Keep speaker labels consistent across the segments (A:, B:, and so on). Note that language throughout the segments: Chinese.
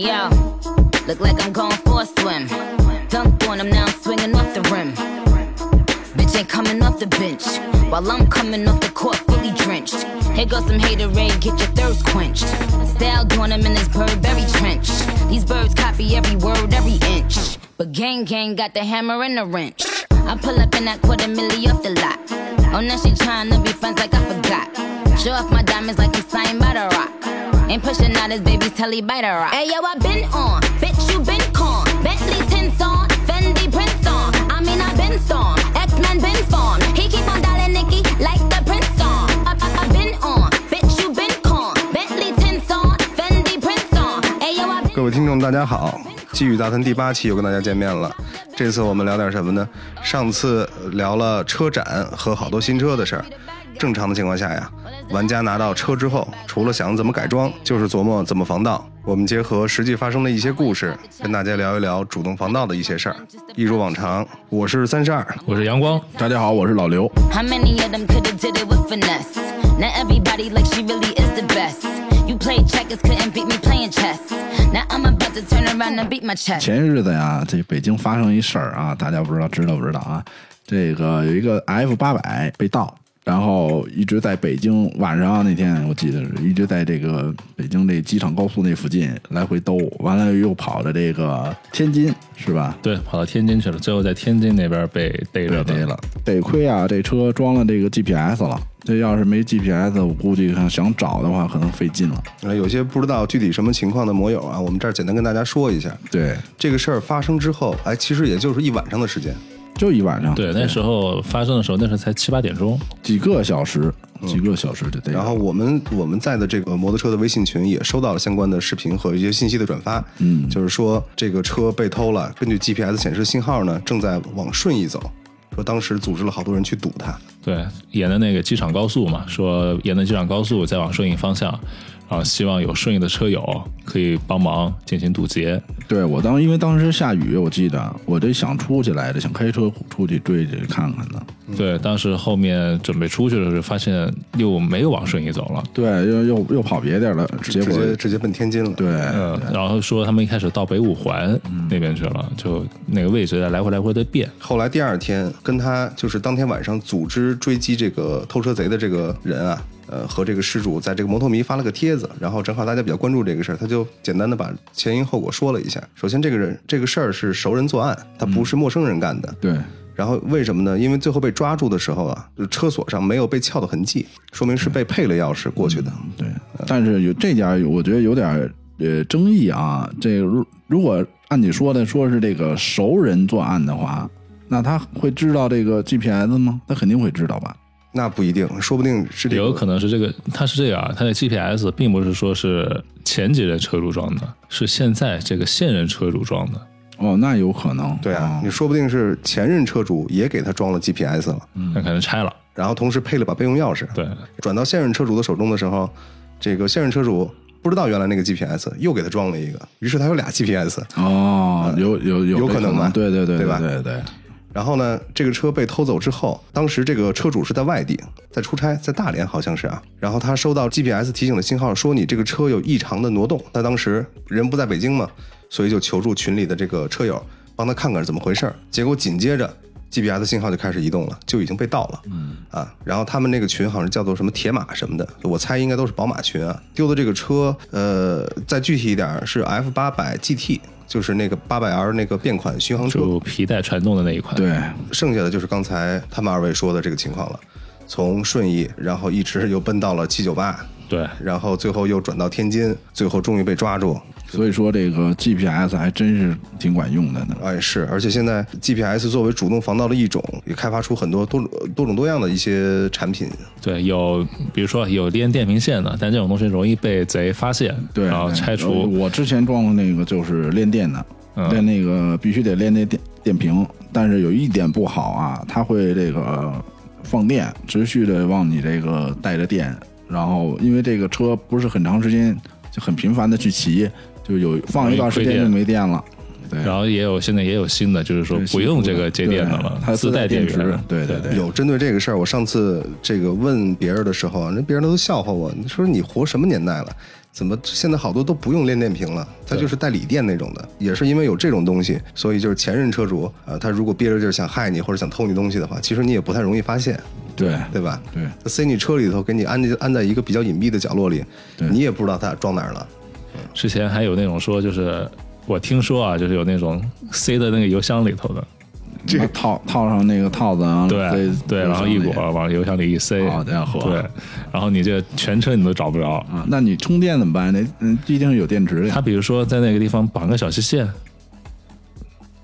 A: Yo, look like I'm going for a swim. Dunk on him, now I'm swinging off the rim. Bitch ain't coming off the bench. While I'm coming off the court, fully drenched. Here goes some hater rain, get your thirst quenched. Style doing him in his Burberry trench. These birds copy every word, every inch. But gang gang got the hammer and the wrench. I pull up in that quarter milli off the lot. Oh, now she tryna be friends like I forgot. Show off my diamonds like I'm signed by the rock. Ain't pushing out his baby's telly by the rock. Hey yo, I been on, bitch you been con. Bentley tints on, Fendi prints on. I mean I been storm, X-Men been formed. He keep on dialing Nicki like the prince on. I, I, I been on, bitch you been con. Bentley tints on, Fendi prints on. Hey yo, I been
B: 各位听众，大家好！机遇大谈第八期又跟大家见面了。这次我们聊点什么呢？上次聊了车展和好多新车的事儿。正常的情况下呀，玩家拿到车之后，除了想怎么改装，就是琢磨怎么防盗。我们结合实际发生的一些故事，跟大家聊一聊主动防盗的一些事儿。一如往常，我是三十二，
C: 我是阳光，
D: 大家好，我是老刘。
A: How many of them coulda did it with finesse? Now everybody like she really is the best. You played checkers, couldn't beat me playing chess. Now I'm about to turn around and beat my chest.
D: 前些日子呀，这北京发生一事儿啊，大家不知道知道不知道啊？这个有一个 F 八百被盗，然后一直在北京晚上那天我记得是一直在这个北京这机场高速那附近来回兜，完了又跑到这个天津是吧？
C: 对，跑到天津去了，最后在天津那边被逮着的
D: 逮了，得亏啊，这车装了这个 GPS 了。这要是没 GPS，我估计想找的话可能费劲了。
B: 呃，有些不知道具体什么情况的摩友啊，我们这儿简单跟大家说一下。
D: 对，
B: 这个事儿发生之后，哎，其实也就是一晚上的时间，
D: 就一晚上，
C: 对，那时候发生的时候，那时候才七八点钟，
D: 几个小时，几个小时就逮着了。
B: 然后我们我们在的这个摩托车的微信群也收到了相关的视频和一些信息的转发，嗯，就是说这个车被偷了，根据 GPS 显示信号呢，正在往顺义走。说当时组织了好多人去堵它，
C: 对，沿着那个机场高速嘛，说沿着机场高速再往顺义方向，然后希望有顺义的车友可以帮忙进行堵截，
D: 对我当因为当时下雨，我记得我这想出去来着，想开车出去追去看看呢。
C: 对，当时后面准备出去的时候，发现又没有往顺义走了。
D: 对，又又又跑别地儿了，结
B: 直
D: 果
B: 接直接奔天津了。，
D: 对、
C: 嗯，然后说他们一开始到北五环那边去了，就那个位置来回来回的变，
B: 后来第二天跟他就是当天晚上组织追击这个偷车贼的这个人啊，呃，和这个失主在这个摩托迷发了个帖子，然后正好大家比较关注这个事儿，他就简单的把前因后果说了一下。首先，这个人这个事儿是熟人作案，他
D: 嗯
B: 不是陌生人干的。
D: 对，
B: 然后为什么呢？因为最后被抓住的时候啊，就车锁上没有被撬的痕迹，说明是被配了钥匙过去
C: 嗯
B: 的。
D: 对，但是有这家有我觉得有点儿呃争议啊。这个如如果按你说的说是这个熟人作案的话，那他会知道这个 GPS 吗？他肯定会知道吧？
B: 那不一定，说不定是这
C: 也
B: 个
C: 有可能是这个，它是这样啊，它的 GPS 并不是说是前几任车主装的，是现在这个现任车主装的。
D: 哦，那有可能。
B: 对啊，
D: 哦
B: 你说不定是前任车主也给他装了 GPS 了，
D: 嗯
C: 那可能拆了。
B: 然后同时配了把备用钥匙，
C: 对，
B: 转到现任车主的手中的时候，这个现任车主不知道原来那个 GPS，又给他装了一个，于是他有俩 GPS。
D: 哦，有有有
B: 有
D: 这
B: 可能吧
D: 对对对
B: 对吧
D: 对对，
B: 然后呢，这个车被偷走之后，当时这个车主是在外地，在出差，在大连好像是啊。然后他收到 GPS 提醒的信号，说你这个车有异常的挪动。他当时人不在北京嘛，所以就求助群里的这个车友帮他看看是怎么回事儿。结果紧接着 GPS 信号就开始移动了，就已经被盗了。嗯啊，然后他们那个群好像叫做什么铁马什么的，我猜应该都是宝马群啊。丢的这个车，呃，再具体一点儿是 F 八百 GT。就是那个八百 R 那个变款巡航车，
C: 就皮带传动的那一款。，
D: 对，
B: 剩下的就是刚才他们二位说的这个情况了，从顺义，然后一直又奔到了七九八，
C: 对，
B: 然后最后又转到天津，最后终于被抓住。
D: 所以说这个 GPS 还真是挺管用的呢。
B: 哎，是，而且现在 GPS 作为主动防盗的一种，也开发出很多多多种多样的一些产品。
C: 对，有比如说有连电瓶线的，但这种东西容易被贼发现，
D: 对，
C: 然后
D: 对呃
C: 拆除。嗯
D: 我之前装过那个，就是练电的，练那个必须得练那电电瓶，但是有一点不好啊，它会这个放电，持续的往你这个带着电，然后因为这个车不是很长时间，就很频繁的去骑，就有放一段时间就没电了，对，
C: 然后也有现在也有新的，就是说
D: 对
C: 不用这个接电的
D: 对
C: 了，
D: 它
C: 自带
D: 电
C: 源
D: 池
C: 了，。
D: 对对对，
B: 有针对这个事儿，我上次这个问别人的时候啊，那别人都笑话我，你说你活什么年代了？怎么现在好多都不用练电瓶了，它就是带锂电那种的，也是因为有这种东西，所以就是前任车主啊、呃他如果憋着劲儿想害你或者想偷你东西的话，其实你也不太容易发现，
D: 对
B: 对吧？
D: 对
B: 他塞你车里头，给你安安在一个比较隐蔽的角落里，你也不知道他装哪儿了。
C: 之前还有那种说，就是我听说啊，就是有那种塞在那个油箱里头的，
D: 这套套上那个套子啊，
C: 对
D: 塞
C: 对，然后一
D: 塞
C: 裹往油箱里一塞，
D: 啊好家伙
C: 对，然后你这全车你都找不着。
D: 啊，那你充电怎么办？那嗯，毕竟是有电池的呀
C: 他。比如说在那个地方绑个小吸线，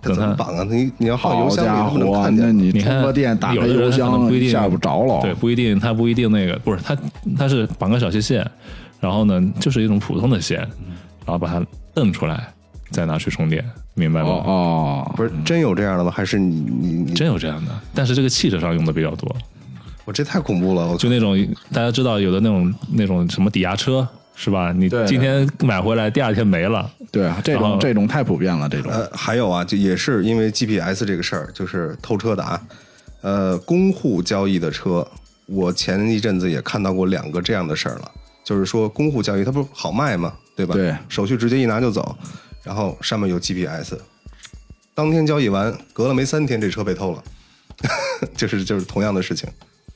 B: 他怎么绑啊？你你要放
D: 好
B: 邮箱
D: 家
B: 里，他们能
D: 伙，
B: 看
D: 那
B: 见。
D: 你
C: 你
D: 充
C: 看
D: 个电，打
C: 有
D: 开
C: 的
D: 油
C: 人可
D: 箱
C: 能不一定
D: 下不着了。
C: 对，不一定，它不一定那个，不是它，它是绑个小细线，然后呢，就是一种普通的线，
D: 嗯
C: 然后把它蹬出来，再拿去充电，明白吗？
D: 哦哦，
B: 不是真有这样的吗？还是你你你
C: 真有这样的，但是这个汽车上用的比较多，
B: 我这太恐怖了！我
C: 就那种大家知道有的那种那种什么抵押车是吧？你
D: 对
C: 今天买回来，第二天没了，
D: 对，啊这
C: 然后
D: 种这种太普遍了，这种
B: 呃，还有啊，就也是因为 GPS 这个事儿，就是偷车的啊。呃，公户交易的车，我前一阵子也看到过两个这样的事儿了，就是说公户交易它不是好卖吗？对吧？
D: 对
B: 手续直接一拿就走，然后上面有 GPS，当天交易完，隔了没三天，这车被偷了， 就是就是同样的事情。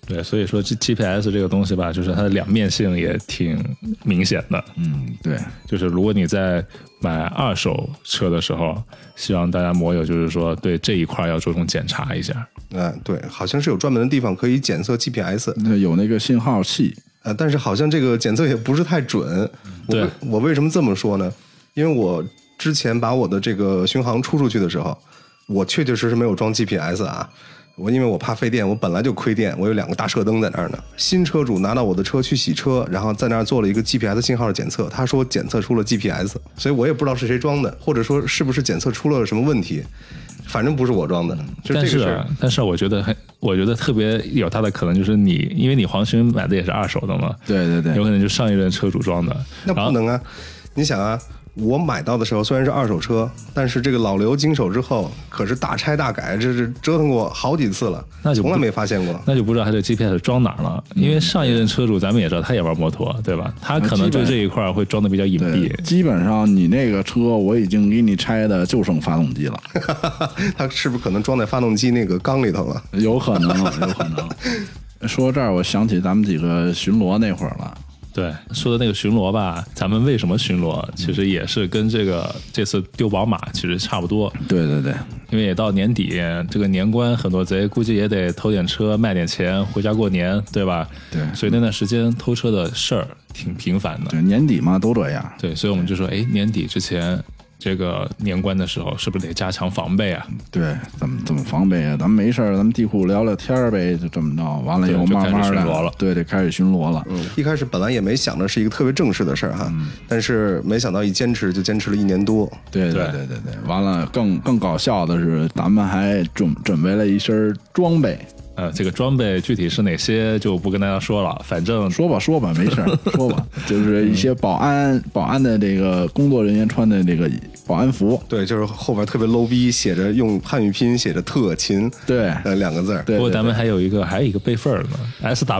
C: 对，所以说 G G P S 这个东西吧，就是它的两面性也挺明显的，
D: 嗯，对，
C: 就是如果你在买二手车的时候，希望大家摩友就是说对这一块要着重检查一下。
B: 嗯、对，好像是有专门的地方可以检测 GPS，
D: 那有那个信号器，
B: 呃，但是好像这个检测也不是太准。我
C: 嗯对
B: 为我为什么这么说呢？因为我之前把我的这个巡航出出去的时候，我确确实实没有装 GPS 啊。我因为我怕费电，我本来就亏电，我有两个大射灯在那儿呢。新车主拿到我的车去洗车，然后在那儿做了一个 GPS 信号的检测，他说检测出了 GPS，所以我也不知道是谁装的，或者说是不是检测出了什么问题，反正不是我装的。就
C: 但
B: 这
C: 是
B: 个事儿
C: 啊，但是我觉得很，我觉得特别有它的可能就是你，因为你黄巡买的也是二手的嘛，
D: 对对对
C: 有可能就上一任车主装的。
B: 那
C: 然
B: 不
C: 后
B: 能啊！你想啊，我买到的时候虽然是二手车，但是这个老刘经手之后可是大拆大改，这是折腾过好几次了，
C: 那就不
B: 从来没发现 过。
C: 那就不知道他这 GPS 装哪儿了，
B: 嗯
C: 因为上一任车主咱们也知道他也玩摩托，对吧？他可能对这一块儿会装的比较隐
D: 对
C: 蔽，，
D: 基本上你那个车我已经给你拆的，就剩发动机了，
B: 他是不是可能装在发动机那个缸里头了？
D: 有可能，有可能。说到这儿，我想起咱们几个巡逻那会儿了，
C: 对，说的那个巡逻吧，咱们为什么巡逻，其实也是跟这个这次丢宝马其实差不多。
D: 对对对，
C: 因为也到年底，这个年关，很多贼估计也得偷点车卖点钱回家过年，对吧？
D: 对
C: 所以那段时间偷车的事儿挺频繁的。
D: 对年底嘛都这样，
C: 对，所以我们就说，哎，年底之前这个年关的时候，是不是得加强防备啊？
D: 对，怎么怎么防备啊？咱们没事儿，咱们地库聊聊天儿呗，就这么着。完了以后，
C: 对就
D: 慢
C: 开始
D: 慢
C: 巡逻
D: 的
C: 了，
D: 对，得开始巡逻了。
B: 一开始本来也没想着是一个特别正式的事儿哈，
C: 嗯
B: 但是没想到一坚持就坚持了一年多。
D: 对对
C: 对
D: 对对对，完了，更更搞笑的是，咱们还准准备了一身装备。
C: 呃，这个装备具体是哪些就不跟大家说了，反正
D: 说吧说吧，没 事儿，说吧，就是一些保安保安的这个工作人员穿的这个保安服，
B: 对，就是后边特别 low 逼，写着用汉语拼音写着“特勤”
D: 对
B: 呃两个字儿。
D: 对
C: 不过咱们还有一个还有一个备份儿呢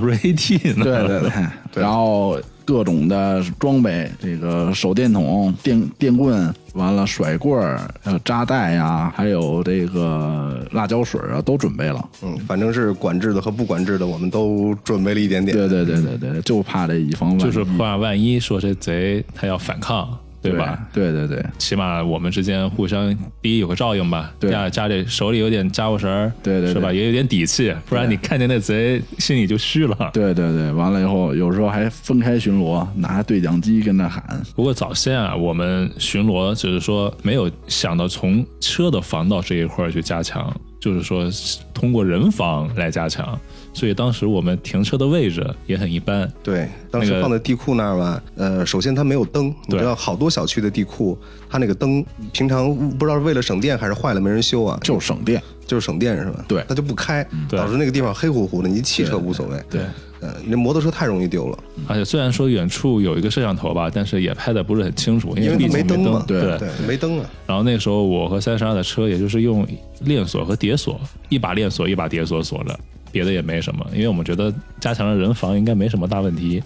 C: ，SWAT 呢。
D: 对对 对，然后各种的装备，这个手电筒、电电棍，完了甩棍儿、还有扎带呀、还有这个辣椒水啊，都准备了。
B: 嗯，反正是管制的和不管制的，我们都准备了一点点。
D: 对对对对对，就怕这以防万一。
C: 就是怕万一说这贼他要反抗，对吧？
D: 对对对
C: 起码我们之间互相第一有个照应吧，
D: 对
C: 第二家里手里有点家伙神儿，
D: 对对对
C: 是吧？也有点底气，不然你看见那贼心里就虚了。
D: 对对对，完了以后，有时候还分开巡逻，拿对讲机跟那喊。
C: 不过早先啊，我们巡逻只是说没有想到从车的防盗这一块儿去加强，就是说通过人防来加强，所以当时我们停车的位置也很一般，
B: 对，当
C: 那
B: 时
C: 个
B: 放在地库那儿吧，呃，首先它没有灯，你
C: 对
B: 知道好多小区的地库，它那个灯平常不知道是为了省电还是坏了没人修啊，
D: 就省电，
B: 就是省电是吧？
D: 对
B: 它就不开，
C: 对
B: 导致那个地方黑乎乎的。你汽车无所谓，
D: 对
B: 呃，你这摩托车太容易丢了，
C: 而且虽然说远处有一个摄像头吧，但是也拍的不是很清楚，
B: 因
C: 为
B: 为
C: 毕
B: 它
C: 竟
B: 没
C: 灯
B: 嘛，
D: 对
B: 对，没灯啊。
C: 然后那时候我和三十二的车，也就是用链锁和叠锁，一把链锁一把叠锁锁着，别的也没什么，因为我们觉得加强了人防应该没什么大问题。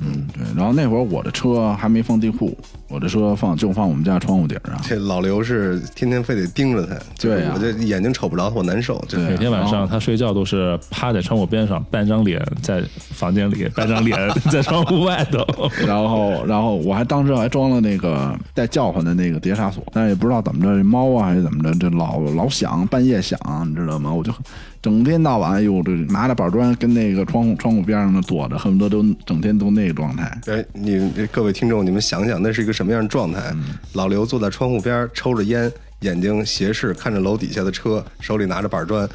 D: 嗯，对。然后那会儿我的车还没放地库，我的车放就放我们家窗户顶上。
B: 这老刘是天天非得盯着他，就是
D: 对啊
B: 我这眼睛瞅不着他，我难受。就是
D: 对
C: 每天晚
D: 然
C: 上
D: 后
C: 他睡觉都是趴在窗户边上，半张脸在房间里，半张脸在窗户外头。
D: 然后，然后我还当时还装了那个带叫唤的那个碟刹锁，但是也不知道怎么着，这猫啊还是怎么着，这老老响，半夜响，你知道吗？我就整天到晚，哎呦，这拿着板砖跟那个窗户窗户边上那躲着，恨不得都整天都那个状态。
B: 哎，你各位听众，你们想想，那是一个什么样的状态？
D: 嗯
B: 老刘坐在窗户边儿抽着烟，眼睛斜视看着楼底下的车，手里拿着板砖，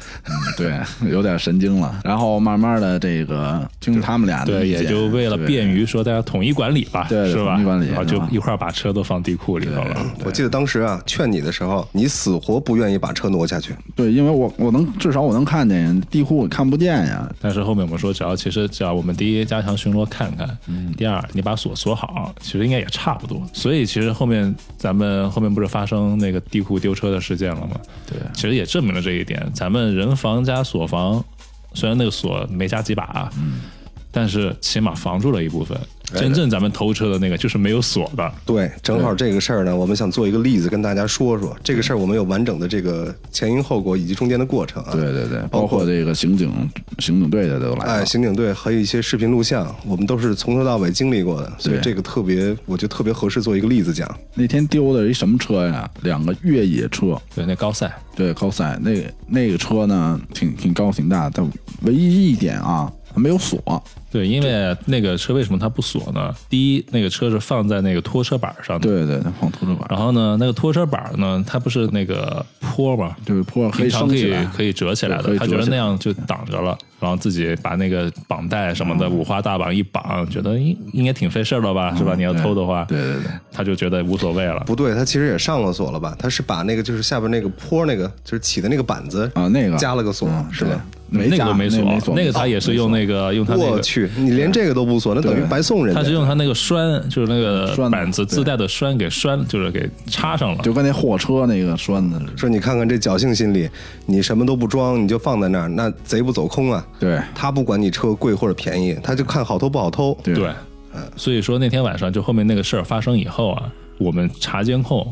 D: 对， 有点神经了。然后慢慢的，这个听他们俩的
C: 对，
D: 意见
C: 也就为了
D: 对
C: 便于说大家统一管理吧，
D: 对
C: 是吧？
D: 统一管理
C: 然后就
D: 啊
C: 一块儿把车都放地库里头了。
B: 我记得当时啊，劝你的时候，你死活不愿意把车挪下去。
D: 对，因为我我能至少我能看见呀，地库我看不见呀。
C: 但是后面我们说，只要其实只要我们第一加强巡逻看看，第二你把锁锁好，其实应该也差不多。所以其实后面咱们后面不是发生那个地库丢车的事件了吗？
D: 对
C: 其实也证明了这一点。咱们人防加锁防，虽然那个锁没加几把啊，但是起码防住了一部分。真正咱们偷车的那个就是没有锁的，
B: 对，正好这个事儿呢，我们想做一个例子跟大家说说。这个事儿我们有完整的这个前因后果以及中间的过程啊。
D: 对对对，
B: 包
D: 包
B: 括
D: 括这个刑警刑警队的都来了。
B: 哎，刑警队还有一些视频录像，我们都是从头到尾经历过的，所以
D: 对
B: 这个特别，我觉得特别合适做一个例子讲。
D: 那天丢的是一什么车呀？两个越野车，
C: 对，那高赛
D: 对，高赛那个那个车呢，挺挺高挺大，但唯一一点啊，它没有锁。
C: 对，因为那个车为什么它不锁呢？第一，那个车是放在那个拖车板上的，
D: 对对，它放拖车板，
C: 然后呢，那个拖车板呢，它不是那个坡嘛，
D: 就是坡上可
C: 平
D: 以
C: 常
D: 升
C: 可
D: 起
C: 以
D: 来，
C: 可以折起来
D: 对可
C: 的，
D: 以
C: 他觉得
D: 折起
C: 那
D: 来
C: 样就挡着了，然后自己把那个绑带什么的五花大绑一绑，觉得应应该挺费事儿的吧，是吧？你要偷的话，
D: 嗯对对对，
C: 他就觉得无所谓了。
B: 不对，他其实也上了锁了吧？他是把那个就是下边那个坡那个就是起的那个板子
D: 啊那个
B: 加了个锁，
D: 嗯
B: 是吧？
D: 对没
C: 那
D: 加
C: 个都没
D: 那没哦
C: 那个他也是用那个用他那
B: 我
C: 个。
B: 去，你连这个都不锁，那等于
D: 对
B: 白送人家。
C: 他是用他那个栓，就是那个
D: 栓的
C: 板子自带的栓给栓，就是给插上了。
D: 就跟那货车那个栓子似的。
B: 说你看看这侥幸心理，你什么都不装，你就放在那儿，那贼不走空啊。
D: 对
B: 他不管你车贵或者便宜，他就看好偷不好偷。
D: 对
C: 对，所以说那天晚上就后面那个事儿发生以后啊，我们查监控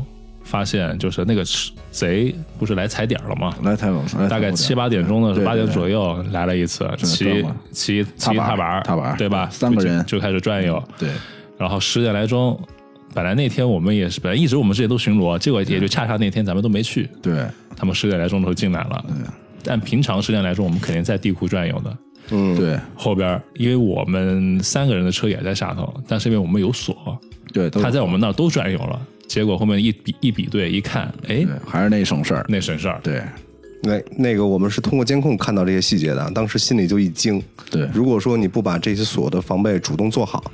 C: 发现，就是那个贼不是来踩点儿了吗？
D: 来太冷，来
C: 大概
D: 太冷
C: 七八点钟的时候，
D: 对对
C: 八点
D: 对
C: 左右来了一次，骑
D: 转过来
C: 骑骑
D: 踏板
C: 踏板儿，
D: 踏板儿
C: 对吧？
D: 三个
C: 就
D: 人
C: 就开始转悠，
D: 对
C: 然后十点来钟。本来那天我们也是，本来一直我们之前都巡逻，结果也就恰恰那天咱们都没去，
D: 对
C: 他们十点来钟的时候进来了。但平常十点来钟我们肯定在地库转悠的，
B: 嗯
D: 对
C: 后边儿因为我们三个人的车也在下头，但是因为我们有锁，
D: 对，都
C: 他在我们那儿都转悠了。结果后面一比一比对一看，哎，
D: 对还是那省事儿。
C: 那省事儿。
D: 嗯对
B: 那那个我们是通过监控看到这些细节的，当时心里就一惊。
D: 对
B: 如果说你不把这些所有的防备主动做好，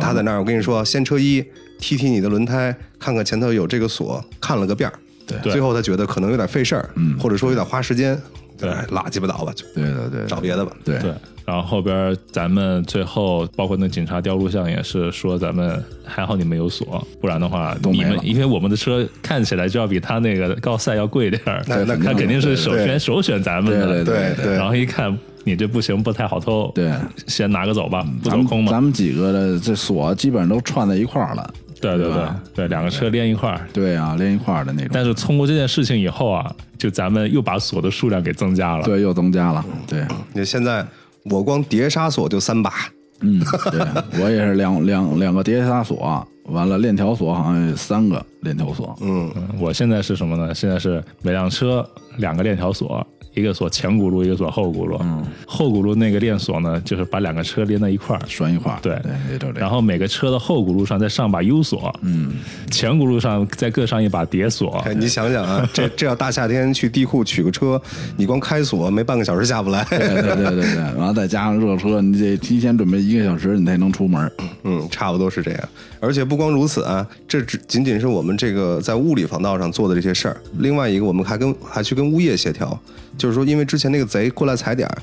B: 他在那儿，我跟你说，先车衣踢踢你的轮胎，看看前头有这个锁，看了个遍儿。
D: 对
B: 最后他觉得可能有点费事儿，嗯，或者说有点花时间，
C: 对
B: 哎拉鸡巴倒吧，就
D: 对对对，
B: 找别的吧。
D: 对
C: 对，然后后边儿咱们最后包括那警察调录像也是说，咱们还好你们有锁，不然的话
D: 都没
C: 你们
D: 了
C: 因为我们的车看起来就要比他那个高赛要贵点儿，
B: 那那
C: 他肯定是首
B: 对
C: 选首选咱们的。
D: 对
B: 对对
C: 然后一看你这不行，不太好偷，
D: 对，嗯
C: 先拿个走吧，不
D: 咱
C: 走
D: 们
C: 空嘛
D: 咱。们几个的这锁基本上都串在一块儿了。
C: 对对对
D: 吧
C: 对，两个车连一块儿。
D: 对啊，连一块儿的那种。
C: 但是通过这件事情以后啊，就咱们又把锁的数量给增加了。
D: 对，又增加了。
B: 嗯
D: 对，
B: 你现在我光碟刹锁就三把，
D: 嗯，对 我也是两两两个碟刹锁，完了链条锁好像有三个链条锁。
B: 嗯，
C: 嗯我现在是什么呢？现在是每辆车两个链条锁，一个锁前轱辘，一个锁后轱辘。
D: 嗯，
C: 后轱辘那个链锁呢，就是把两个车连在一块儿，
D: 拴一块儿，
C: 对
D: 对，也就这
C: 然
D: 样。
C: 后每个车的后轱辘上再上把 U 锁，嗯，前轱辘上再各上一把碟锁。
B: 哎，你想想啊，这这要大夏天去地库取个车，你光开锁没半个小时下不来。
D: 对对对对对，完了再加上热车，你得提前准备一个小时，你才能出门。
B: 嗯，差不多是这样。而且不光如此啊，这只仅仅是我们这个在物理防盗上做的这些事儿。另外一个，我们还跟还去跟物业协调，就是说，因为之前那个贼过来踩点儿，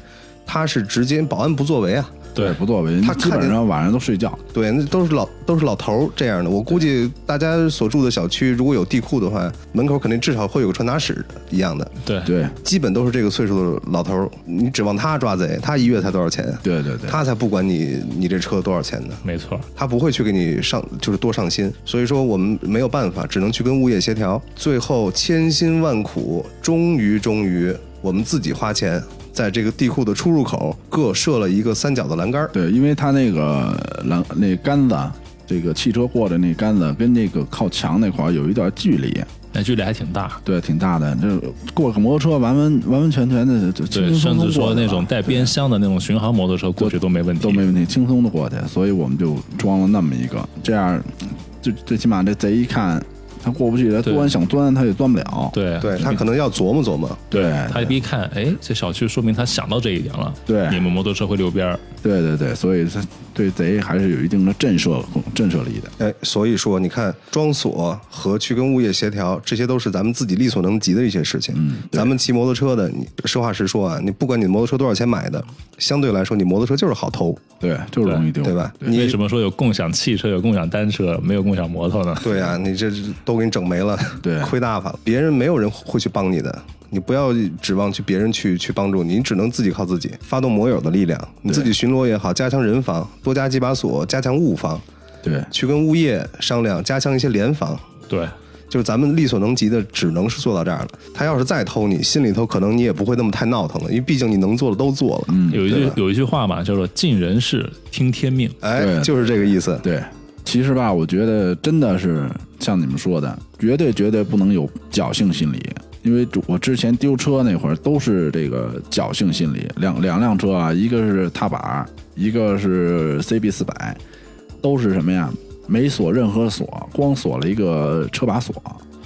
B: 他是直接保安不作为啊。
C: 对
D: 不作为，
B: 他
D: 基
B: 看
D: 本
B: 见
D: 上晚上都睡觉。
B: 对，那都是老都是老头儿这样的。我估计大家所住的小区如果有地库的话，门口肯定至少会有个传达室一样的，
C: 对
D: 对
B: 基本都是这个岁数的老头儿。你指望他抓贼，他一月才多少钱啊？
D: 对对对，
B: 他才不管你你这车多少钱呢。
C: 没错，
B: 他不会去给你上，就是多上心，所以说我们没有办法，只能去跟物业协调。最后千辛万苦，终于终于，我们自己花钱，在这个地库的出入口各设了一个三角的栏杆儿。
D: 对，因为他那个栏那杆子，啊这个汽车货的那杆子跟那个靠墙那块儿有一段距离，
C: 那距离还挺大。
D: 对，挺大的。这过个摩托车完完完完全全的就轻
C: 对，
D: 轻松
C: 甚
D: 松
C: 至说
D: 过去了
C: 那种带边箱的那种巡航摩托车过去都没问题，
D: 啊都没问题，轻松的过去。所以我们就装了那么一个，这样就最起码这贼一看他过不去，他
C: 对
D: 钻想钻他也钻不了。
C: 对
B: 对他可能要琢磨琢磨，
D: 对
C: 他一看，哎，这小区说明他想到这一点了。
D: 对
C: 你们摩托车会溜边儿，
D: 对对对，所以他对贼还是有一定的震慑震慑力的。
B: 哎，所以说你看，装锁和去跟物业协调，这些都是咱们自己力所能及的一些事情。嗯，咱们骑摩托车的，你实话实说啊，你不管你摩托车多少钱买的，相对来说你摩托车就是好偷，
D: 对，就是容易丢，
B: 对吧？
C: 为
B: 你
C: 什么说有共享汽车、有共享单车，没有共享摩 托呢？
B: 对啊，你这都给你整没了，
D: 对
B: 亏大发了。别人没有人会去帮你的，你不要指望去别人去去帮助你，你只能自己靠自己，发动摩友的力量，你自己巡逻也好，加强人防，多加几把锁，加强物防，
D: 对
B: 去跟物业商量，加强一些联防。
C: 对，
B: 就是咱们力所能及的，只能是做到这儿了。他要是再偷你，心里头可能你也不会那么太闹腾了，因为毕竟你能做的都做了。嗯，
C: 有一句有一句话嘛，叫做“尽人事，听天命
B: 哎，
D: 对
B: 就是这个意思。
D: 对。其实吧，我觉得真的是像你们说的，绝对绝对不能有侥幸心理。因为我之前丢车那会儿都是这个侥幸心理，两两辆车啊，一个是踏板，一个是 CB 四百，都是什么呀？没锁任何锁，光锁了一个车把锁，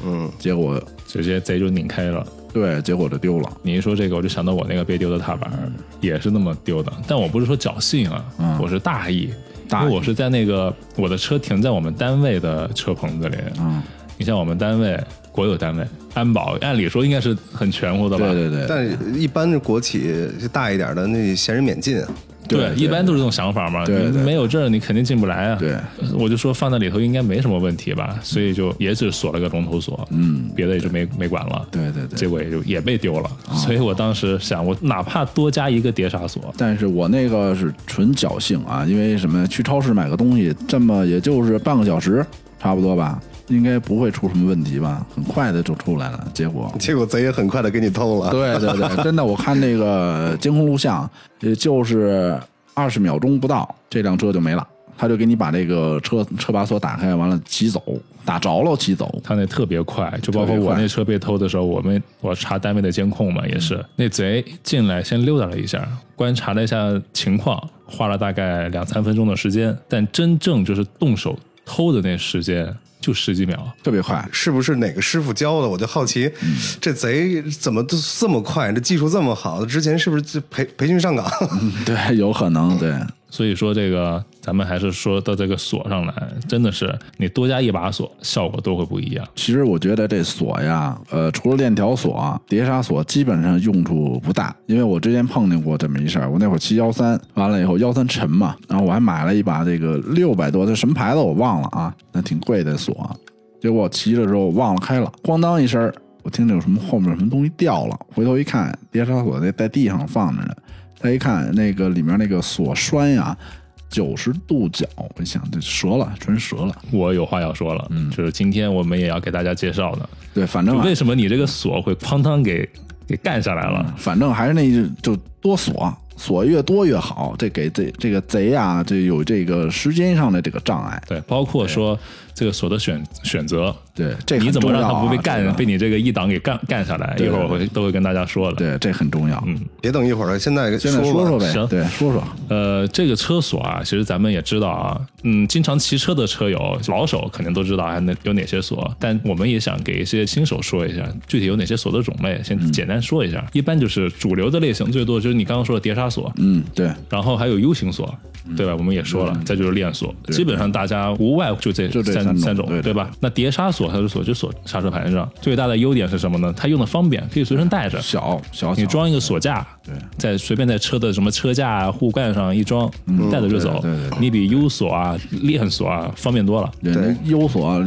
B: 嗯，”，
D: 结果
C: 直接贼就拧开了。
D: 对，结果就丢了。
C: 你一说这个，我就想到我那个被丢的踏板儿也是那么丢的，但我不是说侥幸啊，
D: 嗯
C: 我是大意，
D: 大
C: 因为
D: 意
C: 我是在那个我的车停在我们单位的车棚子里。
D: 嗯，
C: 你像我们单位国有单位安保，按理说应该是很全乎的吧？
D: 对对对，
B: 但是一般是国企大一点的，那闲人免进啊。。
C: 对，一般都是这种想法嘛。
D: 对对
C: 你
D: 对
C: 没有证儿，你肯定进不来啊。
D: 对，
C: 我就说放在里头应该没什么问题吧，所以就也只锁了个龙头锁，
D: 嗯，
C: 别的也就没没管了。
D: 对对啊对
C: 结。果也就也被丢了。所以我当时想，我哪怕多加一个碟刹锁，
D: 但是我那个是纯侥幸啊，因为什么？去超市买个东西，这么也就是半个小时，差不多吧，应该不会出什么问题吧？很快的就出来了，结果
B: 结果贼也很快的给你偷了。
D: 对对对，真的，我看那个监控录像，也就是二十秒钟不到，这辆车就没了，他就给你把这个车车把锁打开，完了骑走，打着了骑走。
C: 他那特别快，就包括
D: 特别
C: 我
D: 快
C: 那车被偷的时候，我们我查单位的监控嘛，也是、
D: 嗯
C: 那贼进来先溜达了一下，观察了一下情况，花了大概两三分钟的时间，但真正就是动手偷的那时间就十几秒。
D: 特别快，
B: 是不是哪个师傅教的？我就好奇，
D: 嗯
B: 这贼怎么都这么快？这技术这么好？之前是不是就培培训上岗？
D: 对， 有可能，对，
C: 所以说这个，咱们还是说到这个锁上来，真的是你多加一把锁，效果都会不一样。
D: 其实我觉得这锁呀，呃，除了链条锁、碟刹锁，基本上用处不大。因为我之前碰见过这么一事儿，我那会儿骑幺三，完了以后幺三沉嘛，然后我还买了一把这个六百多的什么牌子我忘了啊，那挺贵的锁。结果我骑的时候忘了开了，咣当一声儿，我听见有什么后面有什么东西掉了，回头一看，碟刹锁在在地上放着呢。再一看那个里面那个锁栓呀，九十度角，我一想这折了，纯折了。
C: 我有话要说了，就是今天我们也要给大家介绍的，
D: 对，反正
C: 就
D: 嗯啊
C: 为什么你这个锁会哐当给给干下来了？
D: 啊反正还是那一句，就多锁，锁越多越好。这给这这个贼啊，这有这个时间上的这个障碍。
C: 对，包括说这个锁的选选择，
D: 对，这
C: 你
D: 很
C: 怎么
D: 重
C: 让
D: 要
C: 他
D: 啊
C: 不被
D: 这
C: 干，
D: 个
C: 被你这个一档给干干下来？一会儿我会都会跟大家说的。
D: 对，这很重要。
C: 嗯
B: 别等一会儿了，现在
D: 现在
B: 吧
D: 说说呗，
C: 行
D: 对，说说，
C: 呃，这个车锁啊，其实咱们也知道啊，嗯，经常骑车的车友老手肯定都知道啊，那有哪些锁，但我们也想给一些新手说一下，具体有哪些锁的种类，先简单说一下。一般就是主流的类型最多就是你刚刚说的碟刹锁，
D: 嗯，对，
C: 然后还有 U 型锁，对吧？我们也说了，再就是链锁，基本上大家无外就这
D: 嗯就这
C: 三
D: 三
C: 三
D: 种
C: 种，
D: 对对
C: 吧？那碟刹锁它是锁就锁刹车盘上，最大的优点是什么呢？它用的方便，可以随身带着。
D: 小小
C: 你
D: 小
C: 装一个锁架，
D: 哦对
C: 在随便在车的什么车架啊、护杆上一装，带着就走
D: 嗯对对对。
C: 你比 U 锁啊、链锁啊方便多了。
D: 人家优锁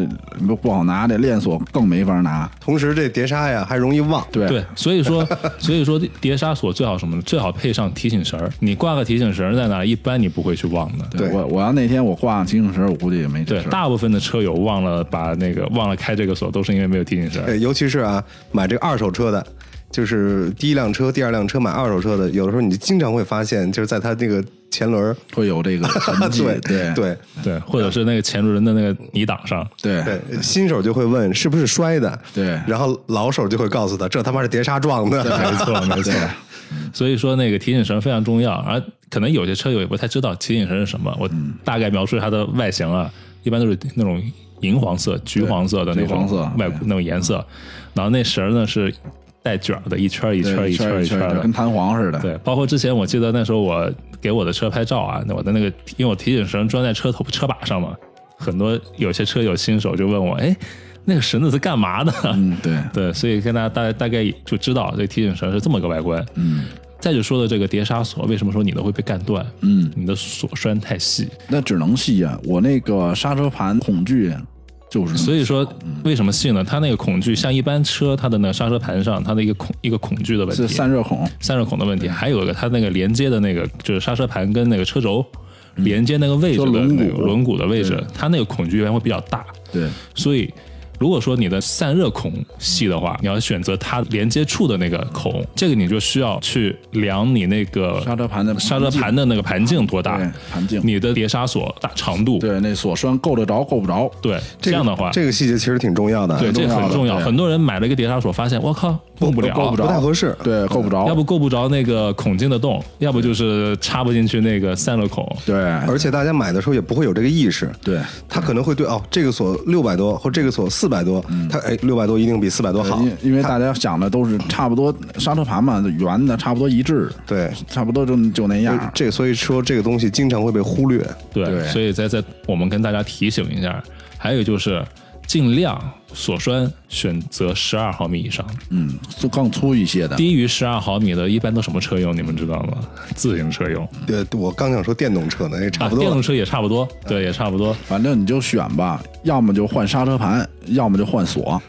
D: 不不好拿，这链锁更没法拿。
B: 同时这碟刹呀还容易忘，
D: 对
C: 对，所以说，所以说碟刹锁最好什么呢？最好配上提醒绳儿。你挂个提醒绳儿在那儿，一般你不会去忘的。
D: 对
B: 对
D: 我我要那天我挂上提醒绳，我估计也没这
C: 对，
D: 事儿。
C: 大部分的车友忘了把那个忘了开这个锁，都是因为没有提醒绳儿。
D: 哎
B: 呃，尤其是啊，买这个二手车的，就是第一辆车、第二辆车买二手车的，有的时候你经常会发现，就是在它那个前轮儿，
D: 会有这个痕迹，
B: 对
D: 对
B: 对
C: 对，或者是那个前轮的那个泥挡上，
D: 对
B: 对，新手就会问是不是摔的，
D: 对
B: 然后老手就会告诉他，这他妈是碟刹撞 的，
C: 没错没错。所以说那个提醒绳非常重要，而可能有些车友也不太知道提醒绳是什么。我
D: 嗯
C: 大概描述它的外形啊，一般都是那种银黄色、橘黄色的那
D: 橘
C: 种
D: 黄色
C: 外
D: 对
C: 那种颜色，然后那绳儿呢是带卷儿的，一圈儿一
D: 对
C: 圈儿
D: 一
C: 圈
D: 儿
C: 儿
D: 一
C: 圈
D: 圈
C: 儿
D: 儿
C: 的
D: 跟。弹簧似的。
C: 对，包括之前我记得那时候我给我的车拍照啊，那我的那个因为我提醒绳装在车头车把上嘛，很多有些车友新手就问我，哎，那个绳子是干嘛的？
D: 嗯，对，
C: 对，所以跟大家大大概就知道这个提醒绳是这么个外观。
D: 嗯，
C: 再就说的这个碟刹锁，为什么说你的会被干断？
D: 嗯，
C: 你的锁栓太细，
D: 那只能细啊。我那个刹车盘恐惧就是，
C: 所以说为什么细呢？它那个孔距，像一般车它的那个刹车盘上，它的一个孔一个孔距的问题，
D: 是散热孔，
C: 散热孔的问题，还有一个它那个连接的那个就是刹车盘跟那个车轴连接那个位置
D: 车
C: 的
D: 嗯轮
C: 那个
D: 毂
C: 轮毂的位置，它那个孔距一般会比较大，
D: 对，
C: 所以。如果说你的散热孔细的话，你要选择它连接处的那个孔，这个你就需要去量你那个
D: 刹车盘的
C: 刹车盘的那个盘径多大
D: 对，盘径
C: 你的碟刹锁大长度，
D: 对，那锁栓够得着够不着，
C: 对，这样的话，
B: 这个细节其实挺重要的啊，
C: 对这
D: 很
C: 很
D: 重
C: 重
D: 要
C: 要。
D: 对
C: 很多人买了一个碟刹锁，发现我靠用不了，嗯
D: 够不着，
B: 不太合适
D: 对，够不着，
C: 要不够不着那个孔径的洞，要不就是插不进去那个散热孔。
D: 对，
B: 而且大家买的时候也不会有这个意识，
D: 对
B: 他可能会对哦，这个锁六百多或这个锁四百多，
C: 嗯
B: 他哎六百多一定比四百多好
C: 哎
D: 因，为因为大家想的都是差不多刹车盘嘛，圆的差不多一致，
B: 对，
D: 差不多就就
C: 哎
D: 那样。
B: 这所以说这个东西经常会被忽略，
C: 对，
D: 对
C: 所以在在我们跟大家提醒一下，还有就是尽量锁栓选择十二毫米以上，
D: 嗯，就更粗一些的，
C: 低于十二毫米的一般都什么车用？你们知道吗？自行车用
B: 呃，我刚想说电动车呢，也差
C: 嗯啊，
B: 不多
C: 电
B: 了
C: 动车也差不多，
D: 啊
C: 对，也差不多。
D: 反正你就选吧，要么就换刹车盘，要么就换锁。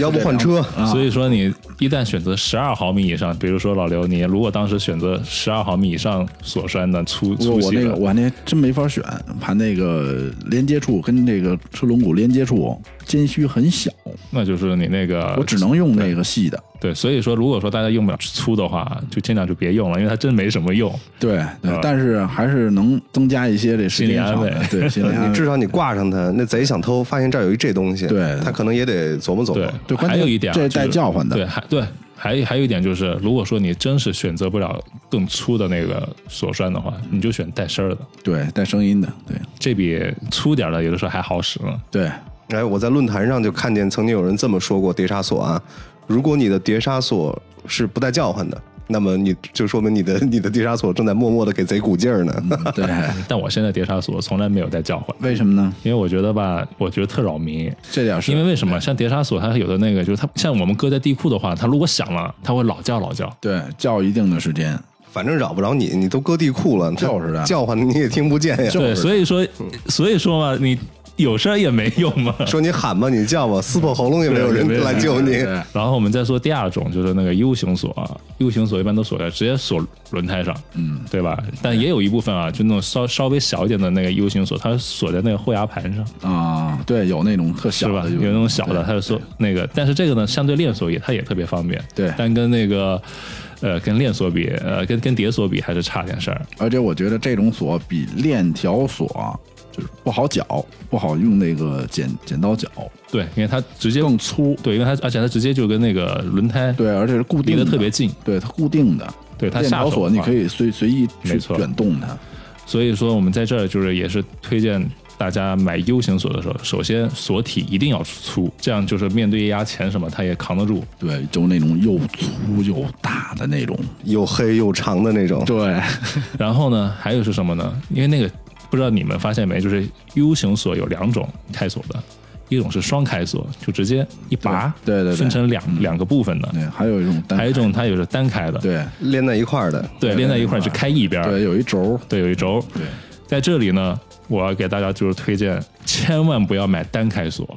B: 要不换车，
D: 啊
C: 所以说，你一旦选择十二毫米以上，比如说老刘，你如果当时选择十二毫米以上锁栓的粗
D: 我
C: 粗
D: 我
C: 细
D: 那
C: 的，
D: 个我那真没法选，盘那个连接处跟这个车轮毂连接处间隙很小，
C: 那就是你那个
D: 我只能用那个细的。
C: 对。所以说，如果说大家用不了粗的话，就尽量就别用了，因为它真没什么用。
D: 对对，但是还是能增加一些这时间
C: 啊
D: 上
C: 心理
D: 的
C: 安慰
D: 对心理安
B: 呃 你
D: 慰。
B: 至少你挂上它，那贼想偷，发现这儿有一这东西，
D: 对
B: 他可能也得琢磨琢磨
C: 对。，
D: 对关键
C: 还有一点啊，
D: 这是
C: 就是
D: 带叫唤的
C: 对，还对，还还有一点就是，如果说你真是选择不了更粗的那个锁栓的话，你就选带声儿的，
D: 对，带声音的，对
C: 这比粗点儿的有的时候还好使呢。
D: 对，
B: 哎，我在论坛上就看见曾经有人这么说过碟刹锁啊，如果你的碟刹锁是不带叫唤的，那么你就说明你的你的碟刹锁正在默默的给贼鼓劲儿呢。
C: 嗯
D: 对，
C: 但我现在碟刹锁从来没有带叫唤，
D: 为什么呢？
C: 因为我觉得吧，我觉得特扰民。
D: 这点是
C: 因为为什么像碟刹锁，它有的那个就是它像我们搁在地库的话，它如果响了，它会老叫老叫。
D: 对叫一定的时间，
B: 反正扰不着你，你都搁地库了，它
D: 就是啊的
B: 叫唤你也听不见呀。
C: 对，所以说所以说嘛，你有事儿也没用嘛。
B: 说你喊吧，你叫吧，撕破喉咙也没有人来救你。
D: 对
C: 然后我们再说第二种，就是那个 U 型锁啊，U 型锁一般都锁在直接锁轮胎上，嗯，对吧？但也有一部分啊，就那种稍稍微小一点的那个 U 型锁，它是锁在那个后牙盘上，
D: 啊，对，有那种特小
C: 是吧？
D: 的，
C: 有那种小的，它是锁那个，但是这个呢，相对链锁也它也特别方便，
D: 对
C: 但跟那个呃跟链锁比，呃跟跟碟锁比还是差点事儿，
D: 而且我觉得这种锁比链条锁就是不好绞，不好用那个剪剪刀绞，
C: 对，因为它直接
D: 更粗。
C: 对，因为它而且它直接就跟那个轮胎
D: 对，而且是固定
C: 离
D: 的，
C: 得特别近，
D: 对，它固定的。
C: 对它
D: 链
C: 下
D: 条
C: 手
D: 锁
C: 的
D: 你
C: 话
D: 可以随随意去
C: 没错
D: 卷动它。
C: 所以说，我们在这儿就是也是推荐大家买 U 型锁的时候，首先锁体一定要粗，这样就是面对液压钳什么，它也扛得住。
D: 对，就那种又粗又大的那种。
B: 又黑又长的那种，
D: 对，
C: 然后呢，还有是什么呢？因为那个不知道你们发现没，就是 U 型锁有两种开锁的，一种是双开锁，就直接一拔，
D: 对对对对
C: 分成两、两个部分的，
D: 对，还有一种单
C: 还有一种它有是单开的，
D: 对
B: 连在一块儿的，
C: 对，连在一块儿只开一边儿，
D: 对，有一轴，
C: 对，有一轴。
D: 对，
C: 在这里呢，我要给大家就是推荐，千万不要买单开锁，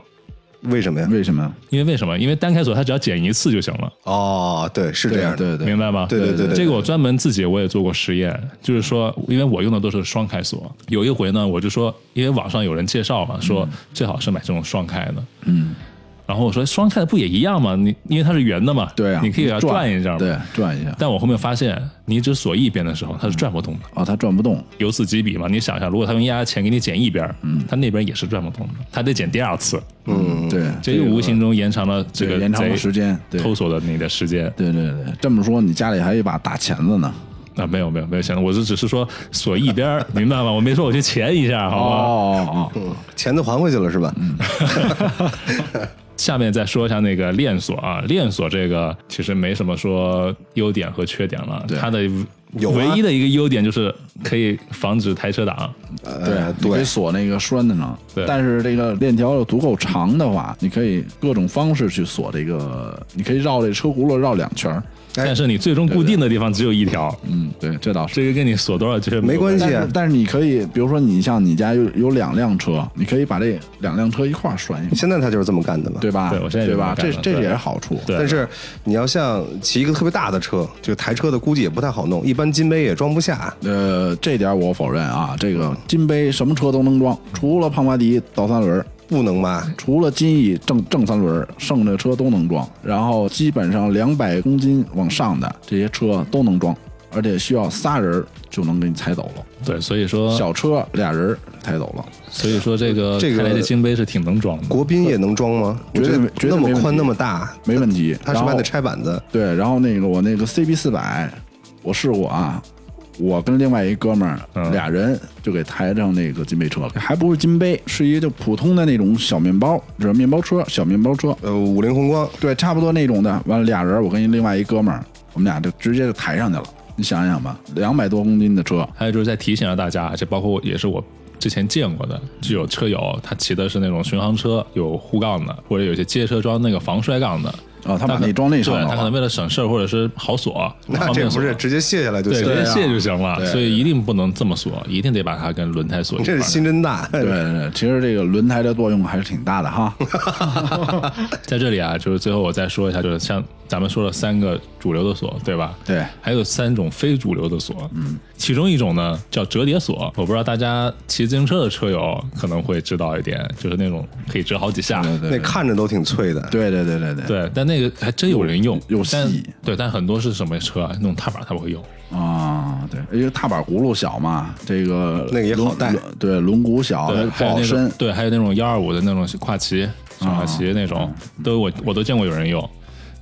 B: 为什么呀？
D: 为什么？
C: 因为为什么？因为单开锁它只要剪一次就行了，
B: 哦，对，是这样的，
D: 对对
C: 明白吗？
B: 对对对对，
C: 这个我专门自己我也做过实验，就是说，因为我用的都是双开锁，有一回呢，我就说，因为网上有人介绍嘛，说最好是买这种双开的，
D: 嗯，
C: 然后我说双开的不也一样吗？你因为它是圆的嘛，
D: 对啊，
C: 你可以给它转
D: 转
C: 一下嘛。
D: 对，转一下。
C: 但我后面发现，你只锁一边的时候，它是转不动的。
D: 哦，它转不动，
C: 由此及彼嘛，你想想，如果他用压钱给你减一边，嗯，他那边也是转不动的，他得减第二次，
B: 嗯，
D: 对，
C: 这就
D: 个
C: 无形中延长了这
D: 对
C: 个
D: 延长
C: 贼
D: 了时间，对，
C: 偷锁的你的时间
D: 对对对，这么说你家里还有一把大钳子呢，
C: 啊，没有没有没有，想我是只是说锁一边儿，明白吗？我没说我去钳一下，好吧？
D: 哦哦哦，
B: 钱都还回去了是吧？
D: 嗯
C: 下面再说一下那个链锁啊，链锁这个其实没什么说优点和缺点了，
D: 对
C: 它的
B: 有啊
C: 唯一的一个优点就是可以防止抬车挡，
B: 呃
D: 哎对，你可以
B: 对，
D: 锁那个栓的呢，
C: 对
D: 但是这个链条要足够长的话，你可以各种方式去锁这个，你可以绕这车轱辘绕两圈儿
C: 但是你最终固定的地方只有一条，
D: 嗯，对，这倒是。
C: 这个跟你锁多少其实
B: 没关系
D: 但是但是你可以，比如说你像你家有有两辆车，你可以把这两辆车一块儿拴一块儿，
B: 现在他就是这么干的嘛。
D: 对吧？
C: 对我现在就
D: 对吧？
C: 这么
D: 这
C: 干了
D: 这
C: 对
D: 也是好处。
C: 对
B: 但是你要像骑一个特别大的车，这个抬车的估计也不太好弄，一般金杯也装不下。
D: 呃，这点我否认啊，这个金杯什么车都能装，除了庞巴迪倒三轮儿，
B: 不能吧？
D: 除了金翼正正三轮儿，剩的车都能装。然后基本上两百公斤往上的这些车都能装，而且需要仨人儿就能给你抬走了，
C: 对，所以说
D: 小车俩人儿抬走了。
C: 所以说这个
B: 这个
C: 看来这金杯是挺能装的。
B: 国宾也能装吗？我
D: 绝
B: 觉
D: 对
B: 得
D: 没绝对
B: 那
D: 没
B: 么
D: 问
B: 宽
D: 题
B: 那么大，
D: 没问题
B: 它是不是
D: 然
B: 还
D: 后
B: 得拆板子？
D: 对，然后那个我那个 CB 四百，我试过啊，我跟另外一哥们儿、
C: 嗯
D: 俩人就给抬上那个金杯车了，还不是金杯，是一个就普通的那种小面包，就是面包车，小面包车，
B: 呃，五菱宏光
D: 对，差不多那种的。完了，俩人我跟另外一哥们儿，我们俩就直接就抬上去了。你想想吧，两百多公斤的车，
C: 还有就是再提醒一下大家，这包括也是我之前见过的，就有车友他骑的是那种巡航车，有护杠的，或者有些街车装那个防摔杠的。
D: 哦他把那装那上
C: 对他
D: 头
C: 可能
D: 了。啊
C: 为了省事儿或者是好锁，
B: 那
C: 方
B: 这啊
C: 便
B: 不
C: 锁
B: 是直接卸下来就
C: 对
B: 行
C: 直
B: 了
C: 接
B: 呀？
C: 卸就行了，
D: 对
C: 所以一定不能这么锁，一定得把它跟轮胎锁一
B: 你
C: 块
B: 这
C: 儿
B: 是心真大。
D: 对对对，其实这个轮胎的作用还是挺大的哈。
C: 在这里啊，就是最后我再说一下，就是像咱们说了三个主流的锁，对吧？
D: 对
C: 还有三种非主流的锁，嗯，其中一种呢叫折叠锁，我不知道大家骑自行车的车友可能会知道一点，就是那种可以折好几下，
D: 对
B: 那
D: 对
B: 看着都挺脆的。
D: 对对对对对
C: 对，但那个还真有人用，
D: 有有
C: 但
D: 细
C: 对，但很多是什么车啊，那种踏板它不会用，
D: 啊，对，因为踏板轱辘小嘛，这个
B: 那个也
D: 轮
B: 好带
D: 轮对，轮毂小，
C: 对，还
D: 它不
C: 有
D: 好
C: 那
D: 伸
C: 种。对，还有那种幺二五的那种跨骑、上下骑那种，都我我都见过有人用，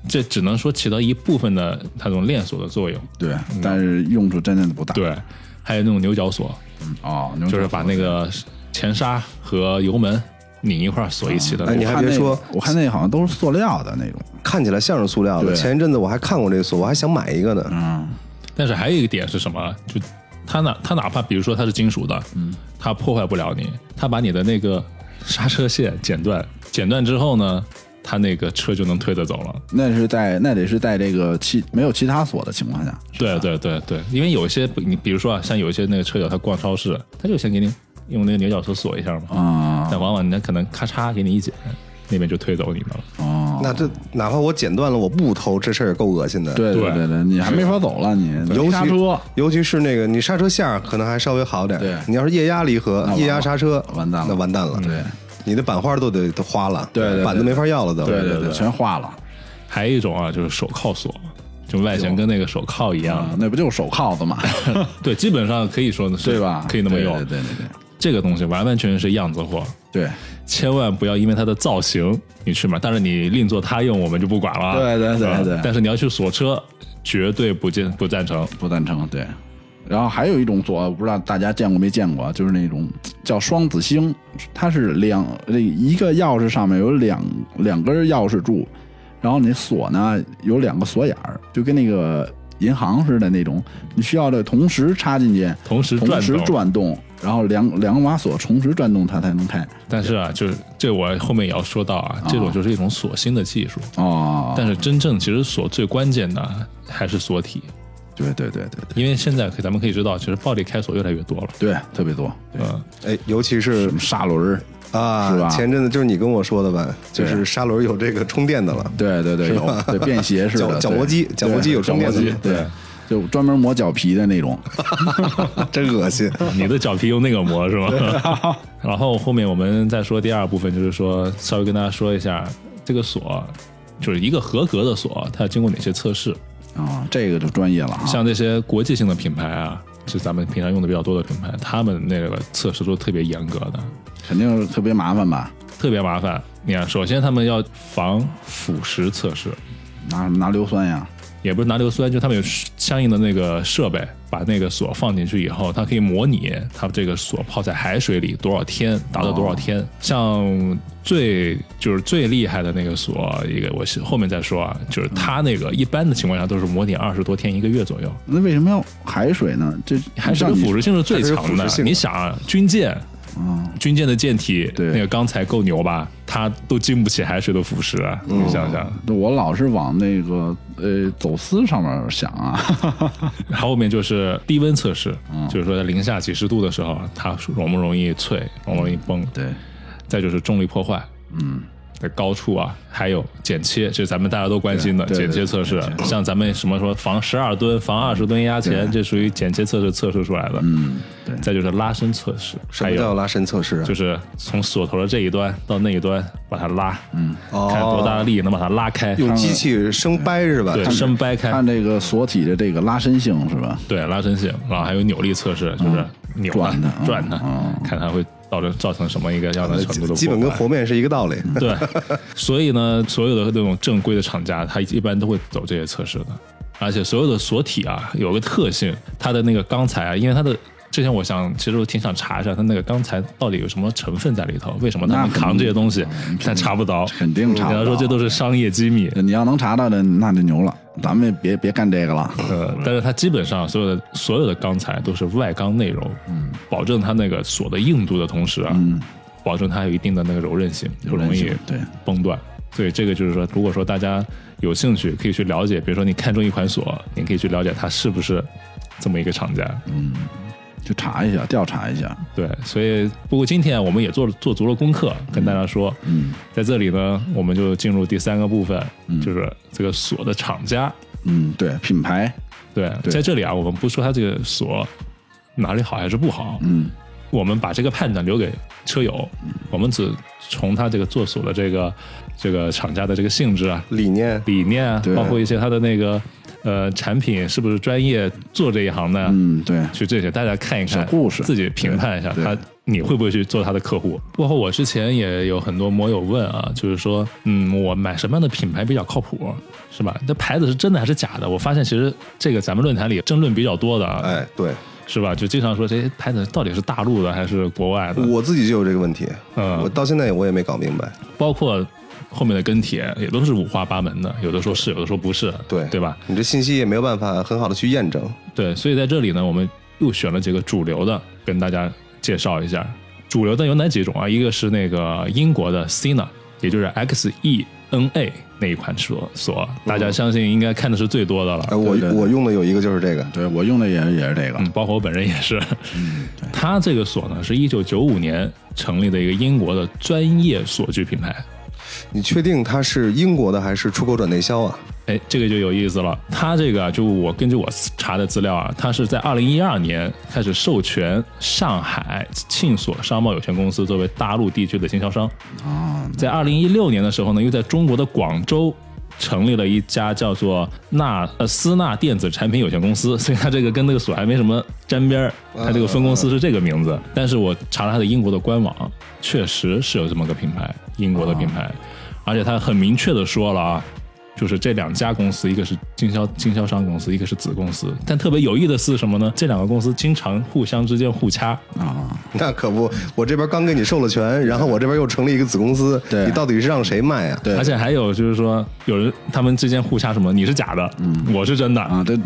C: 这只能说起到一部分的它这种链锁的作用，
D: 对，但是用处真的不大。
C: 对，还有那种牛角锁，
D: 哦，
C: 就是把那个前刹和油门拧一块儿锁一起的
B: 哎
C: 那
B: 你
C: 种。
B: 还
D: 看
B: 别
D: 那
B: 说
D: 个我看那好像都是塑料的那种。
B: 看起来像是塑料的。
D: 对
B: 前一阵子我还看过这锁，我还想买一个呢。
D: 嗯，
C: 但是还有一个点是什么？就它哪它哪怕比如说它是金属的，嗯，它破坏不了你，它把你的那个刹车线剪断，剪断之后呢，它那个车就能推得走了。
D: 那是在那得是在这个其没有其他锁的情况下，
C: 对对对对，因为有一些你比如说啊，像有一些那个车友他逛超市，他就先给你用那个牛角锁锁一下嘛，
D: 啊、
C: 但往往人家可能咔嚓给你一剪，那边就推走你们了。
D: 哦，
B: 那这哪怕我剪断了，我不偷，这事儿也够恶心的。，
D: 对
C: 对
D: 对对，你还没法走了，你
B: 尤其
D: 没刹车，
B: 尤其是那个你刹车线儿可能还稍微好点儿。
D: 对
B: 你要是液压离合
D: 那、
B: 液
D: 完
B: 压
D: 了
B: 刹车，
D: 完蛋了
B: 那完蛋了。
D: 对，
B: 你的版画都得都花了，
D: 对对对
B: 板子没法要了都。
D: 对
C: 对
D: 对
C: 对
D: 全化了
C: 还有一种啊，就是手铐锁，就外形跟那个手铐一样
D: 啊，，那不就是手铐子嘛，
C: 对，基本上可以说的是
D: 对 吧？
C: 可以那么用。
D: 对对对对
C: 这个东西完完全全是样子货，
D: 对。
C: 千万不要因为它的造型你去买，但是你另做他用，我们就不管了。
D: 对对对
C: 吧
D: 对
C: 但是你要去锁车，绝对不建不赞成。
D: 不赞成，对。然后还有一种锁，我不知道大家见过没见过啊，就是那种叫双子星，它是两那一个钥匙上面有两两根钥匙柱，然后你锁呢有两个锁眼儿，就跟那个银行似的那种，你需要的同时插进去，
C: 同时
D: 同
C: 转
D: 时
C: 动
D: 转动，然后两两把锁同时转动它才能开。
C: 但是啊，就是这我后面也要说到啊，这种就是一种锁芯的技术，
D: 哦，
C: 但是真正其实锁最关键的还是锁体，
D: 对对对对
C: 因为现在可咱们可以知道，其实暴力开锁越来越多了，
D: 对，特别多，对
C: 嗯，
B: 哎，尤其是
D: 什么砂轮儿，
B: 啊，
D: 是吧
B: 前阵子就是你跟我说的吧，就是
D: 对
B: 砂轮有这个充电的 了，
D: 对对对，有对便携式的
B: 角角
D: 对
B: 磨机
D: 对
B: 角磨机有充电
D: 角磨机
B: 的
D: 对，就专门磨脚皮的那种。
B: 真恶心。
D: 哎
C: 你的脚皮用那个磨是吗？ 然后后面我们再说第二部分，就是说稍微跟大家说一下这个锁，就是一个合格的锁，它要经过哪些测试。
D: 啊，这个就专业了啊。
C: 像这些国际性的品牌啊，就咱们平常用的比较多的品牌，他们那个测试都特别严格的，
D: 肯定是特别麻烦吧？
C: 特别麻烦。你看，首先他们要防腐蚀测试，
D: 拿拿硫酸呀？
C: 也不是拿硫酸，就他们有相应的那个设备，把那个锁放进去以后，它可以模拟它这个锁泡在海水里多少天，达到多少天。像最就是最厉害的那个锁，一个我是后面再说啊，就是它那个一般的情况下都是模拟二十多天，一个月左右。
D: 那为什么要海水呢？这
C: 海
D: 嗯
C: 水的腐蚀性是最强
B: 海水是腐蚀
C: 的
B: 性。的
C: 你想，啊，军舰，
D: 啊，
C: 军舰的舰体，
D: 对
C: 那个钢材够牛吧？它都经不起海水的腐蚀啊。你想想，
D: 我老是往那个呃走私上面想 啊。
C: 然后后面就是低温测试，就是说在零下几十度的时候，它容不容易脆，容不容易崩？
D: 对，
C: 再就是重力破坏，
D: 嗯，
C: 在高处啊，还有剪切，这是咱们大家都关心的
D: 对对
C: 剪切
D: 对
C: 测试。像咱们什么说防十二吨、防二十吨压前，这属于剪切测试测试出来的。
D: 嗯，对，
C: 再就是拉伸测试，
B: 什
C: 还
B: 么叫
C: 有
B: 拉伸测试啊？
C: 就是从锁头的这一端到那一端把它拉，嗯，看多大的力能把它拉开，
B: 用机器生掰是吧？
C: 对生掰开，
D: 看这个锁体的这个拉伸性是吧？
C: 对拉伸性，然后还有扭力测试，就是扭
D: 转它
C: 它、
D: 嗯
C: 转它
D: 嗯，呃
C: 看它会造成造成什么一个样的程度的
B: 基本跟
C: 破坏
B: 和面是一个道理。
C: 对，所以呢，所有的那种正规的厂家，它一般都会走这些测试的，而且所有的锁体啊，有个特性，它的那个钢材啊，因为它的。之前我想，其实我挺想查一下它那个钢材到底有什么成分在里头，为什么他
D: 那
C: 们
D: 肯定
C: 扛这些东西，但查不着，嗯
D: 肯定查不
C: 人家说
D: 着嗯
C: 这都是商业机密，
D: 你要能查到的，那就牛了。咱们别别干这个了。
C: 呃，但是它基本上所有的所有的钢材都是外钢内柔，嗯，保证它那个锁的硬度的同时啊，嗯，保证它有一定的那个柔韧性，不容易
D: 柔韧性对
C: 崩断。所以这个就是说，如果说大家有兴趣，可以去了解，比如说你看中一款锁，你可以去了解它是不是这么一个厂家。
D: 就查一下，调查一下。
C: 对，所以不过今天我们也做了做足了功课，跟大家说，嗯，在这里呢，我们就进入第三个部分，就是这个锁的厂家。
D: 嗯，对，品牌，
C: 对，
D: 对
C: 在这里啊，我们不说它这个锁哪里好还是不好，
D: 嗯，
C: 我们把这个判断留给车友，我们只从它这个做锁的这个这个厂家的这个性质啊、
B: 理念
C: 理念啊
D: 对，
C: 包括一些它的那个呃产品是不是专业做这一行的，
D: 嗯，对，
C: 去这些大家看一看，
D: 小故事
C: 自己评判一下
D: 对
C: 他你会不会去做他的客户。包括我之前也有很多摩友问啊，就是说，嗯，我买什么样的品牌比较靠谱，是吧？这牌子是真的还是假的？我发现其实这个咱们论坛里争论比较多的啊，
B: 哎，对
C: 是吧？就经常说这些牌子到底是大陆的还是国外
D: 嗯
C: 的，
B: 我自己就有这个问题，
C: 嗯
B: 我到现在我也没搞明白。
C: 包括。后面的跟帖也都是五花八门的，有的说是，有的说不是，
B: 对
C: 对吧？
B: 你这信息也没有办法很好的去验证。
C: 对，所以在这里呢，我们又选了几个主流的，跟大家介绍一下。主流的有哪几种啊？一个是那个英国的 Sina，也就是 X E N A 那一款锁锁，大家相信应该看的是最多的了。
B: 哎，我
D: 对对对
B: 我用的有一个就是这个，
D: 对我用的也是也是这个
C: 嗯，，包括我本人也是。它这个锁呢，是一九九五年成立的一个英国的专业锁具品牌。
B: 你确定它是英国的还是出口转内销啊？
C: 哎，这个就有意思了。它这个啊就我根据我查的资料啊，它是在二零一二年开始授权上海庆索商贸有限公司作为大陆地区的经销商。
D: 啊，
C: 在二零一六年的时候呢，又在中国的广州成立了一家叫做纳呃思纳电子产品有限公司，所以它这个跟那个索还没什么沾边儿，它这个分公司是这个名字。但是我查了它的英国的官网，确实是有这么个品牌，英国的品牌，而且它很明确的说了啊。就是这两家公司，一个是经销经销商公司，一个是子公司。但特别有意的是什么呢？这两个公司经常互相之间互掐，
D: 啊，
B: 那可不，我这边刚给你授了权，然后我这边又成立一个子公司，
D: 对
B: 你到底是让谁卖啊呀、
D: 对
C: 而且还有就是说，有人他们之间互掐什么，你是假的，我是真的。
D: 啊，这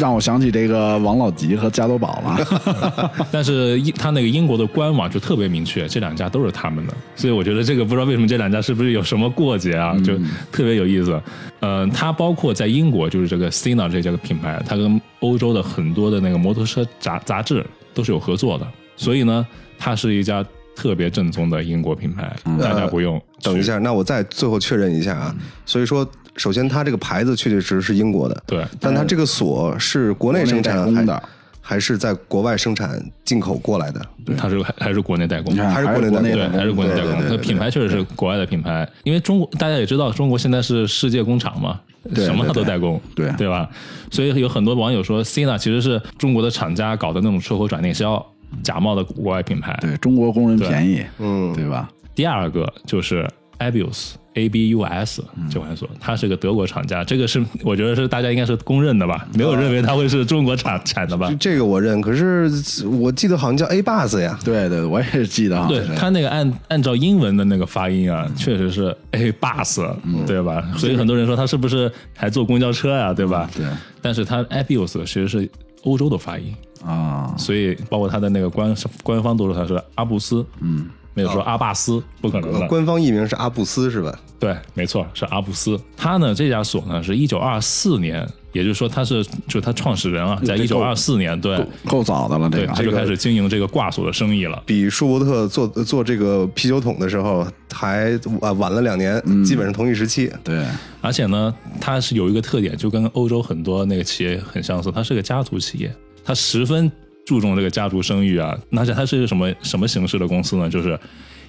D: 让我想起这个王老吉和加多宝 了。
C: 但是英他那个英国的官网就特别明确，这两家都是他们的，所以我觉得这个不知道为什么这两家是不是有什么过节啊，就特别有意思。嗯、它包括在英国就是这个 Sina 这家品牌，它跟欧洲的很多的那个摩托车杂杂志都是有合作的，所以呢，它是一家特别正宗的英国品牌，大家不用去
B: 等一，下，那我再最后确认一下啊。所以说，首先它这个牌子确确实实是英国的，
C: 对
B: 但它这个锁是国内生产
D: 国内代
B: 还
D: 工的
B: 还是在国外生产进口过来的？
C: 它是还还是国内代工
D: 你。看，
B: 还是国内
D: 国内
C: 对，
D: 代工
C: 还是国内代
B: 对
C: 工
B: 对。对
C: 那
B: 对
C: 品牌确实是国外的品牌，因为中国大家也知道，中国现在是世界工厂嘛，
D: 对
C: 什么它都代工，
D: 对
C: 对吧？所以有很多网友说，Cina 其实是中国的厂家搞的那种撤回转内销，假冒的国外品牌。
D: 对中国工人便宜，嗯，对吧？
C: 第二个就是 Abus。A B U S
B: 嗯
C: 这款锁，它是个德国厂家，这个是我觉得是大家应该是公认的吧，没有认为它会是中国产产的
D: 啊
C: 吧
B: 这？这个我认，可是我记得好像叫 A bus 呀。
D: 对对，我也是嗯记得啊，
C: 对它那个按按照英文的那个发音啊，确实是 a bus，对
D: 嗯
C: 吧？所以很多人说它是不是还坐公交车呀、对吧？
D: 对。
C: 但是它 abios 其实是欧洲的发音，
D: 啊，
C: 所以包括它的那个官官方都说它是阿布斯，嗯，没
D: 哦
C: 有说阿巴斯，不可能
D: 呃
C: 的。
B: 官方译名是阿布斯是吧？
C: 对，没错，是阿布斯。他呢，这家锁呢是一九二四年，也就是说他是就是他创始人啊，在一九二四年，对
D: 够早的了，这
C: 对，
D: 个
C: 他就开始经营这个挂锁的生意了。
B: 比舒伯特做做这个啤酒桶的时候还啊晚了两年，
D: 嗯
B: 基本上同一时期。
D: 对
C: 而且呢，它是有一个特点，就跟欧洲很多那个企业很相似，它是个家族企业，它十分注重这个家族声誉啊。而且它是一个什么什么形式的公司呢？就是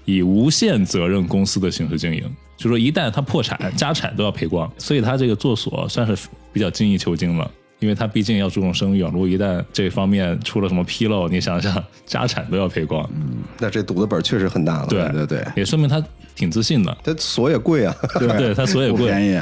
C: 以无限责任公司的形式经营，就说一旦它破产，家产都要赔光。所以它这个做锁算是比较精益求精了。因为它毕竟要注重声誉啊，如果一旦这方面出了什么纰漏，你想想，家产都要赔光。
B: 那这赌的本儿确实很大了。
C: 对
D: 对对
C: 也说明它挺自信的。
B: 它锁也贵啊。
C: 对，它所以
D: 不
C: 贵。
D: 便宜，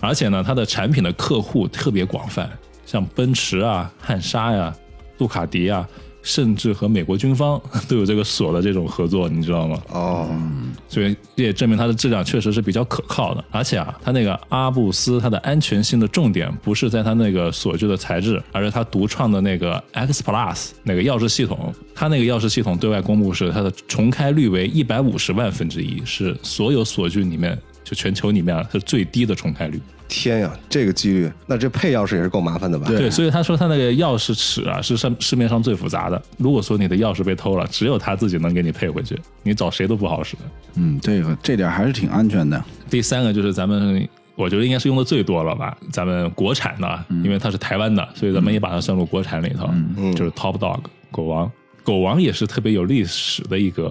C: 而且呢，它的产品的客户特别广泛，像奔驰啊、汉莎呀、杜卡迪啊，甚至和美国军方 都有这个锁的这种合作，你知道吗？
B: 哦，
D: 嗯
C: 所以这也证明它的质量确实是比较可靠的。而且啊，它那个阿布斯，它的安全性的重点不是在它那个锁具的材质，而是它独创的那个 X Plus 那个钥匙系统。它那个钥匙系统对外公布是它的重开率为一百五十万分之一，是所有锁具里面就全球里面啊是最低的重开率。
B: 天呀，这个几率，那这配钥匙也是够麻烦的吧？
D: 对
C: 对，所以他说他那个钥匙尺啊，是上市面上最复杂的。如果说你的钥匙被偷了，只有他自己能给你配回去，你找谁都不好使。
D: 嗯，这个这点还是挺安全的，
C: 第三个就是咱们，我觉得应该是用的最多了吧，咱们国产的，因为它是台湾的，所以咱们也把它算入国产里头，就是 Top Dog 狗王。狗王也是特别有历史的一个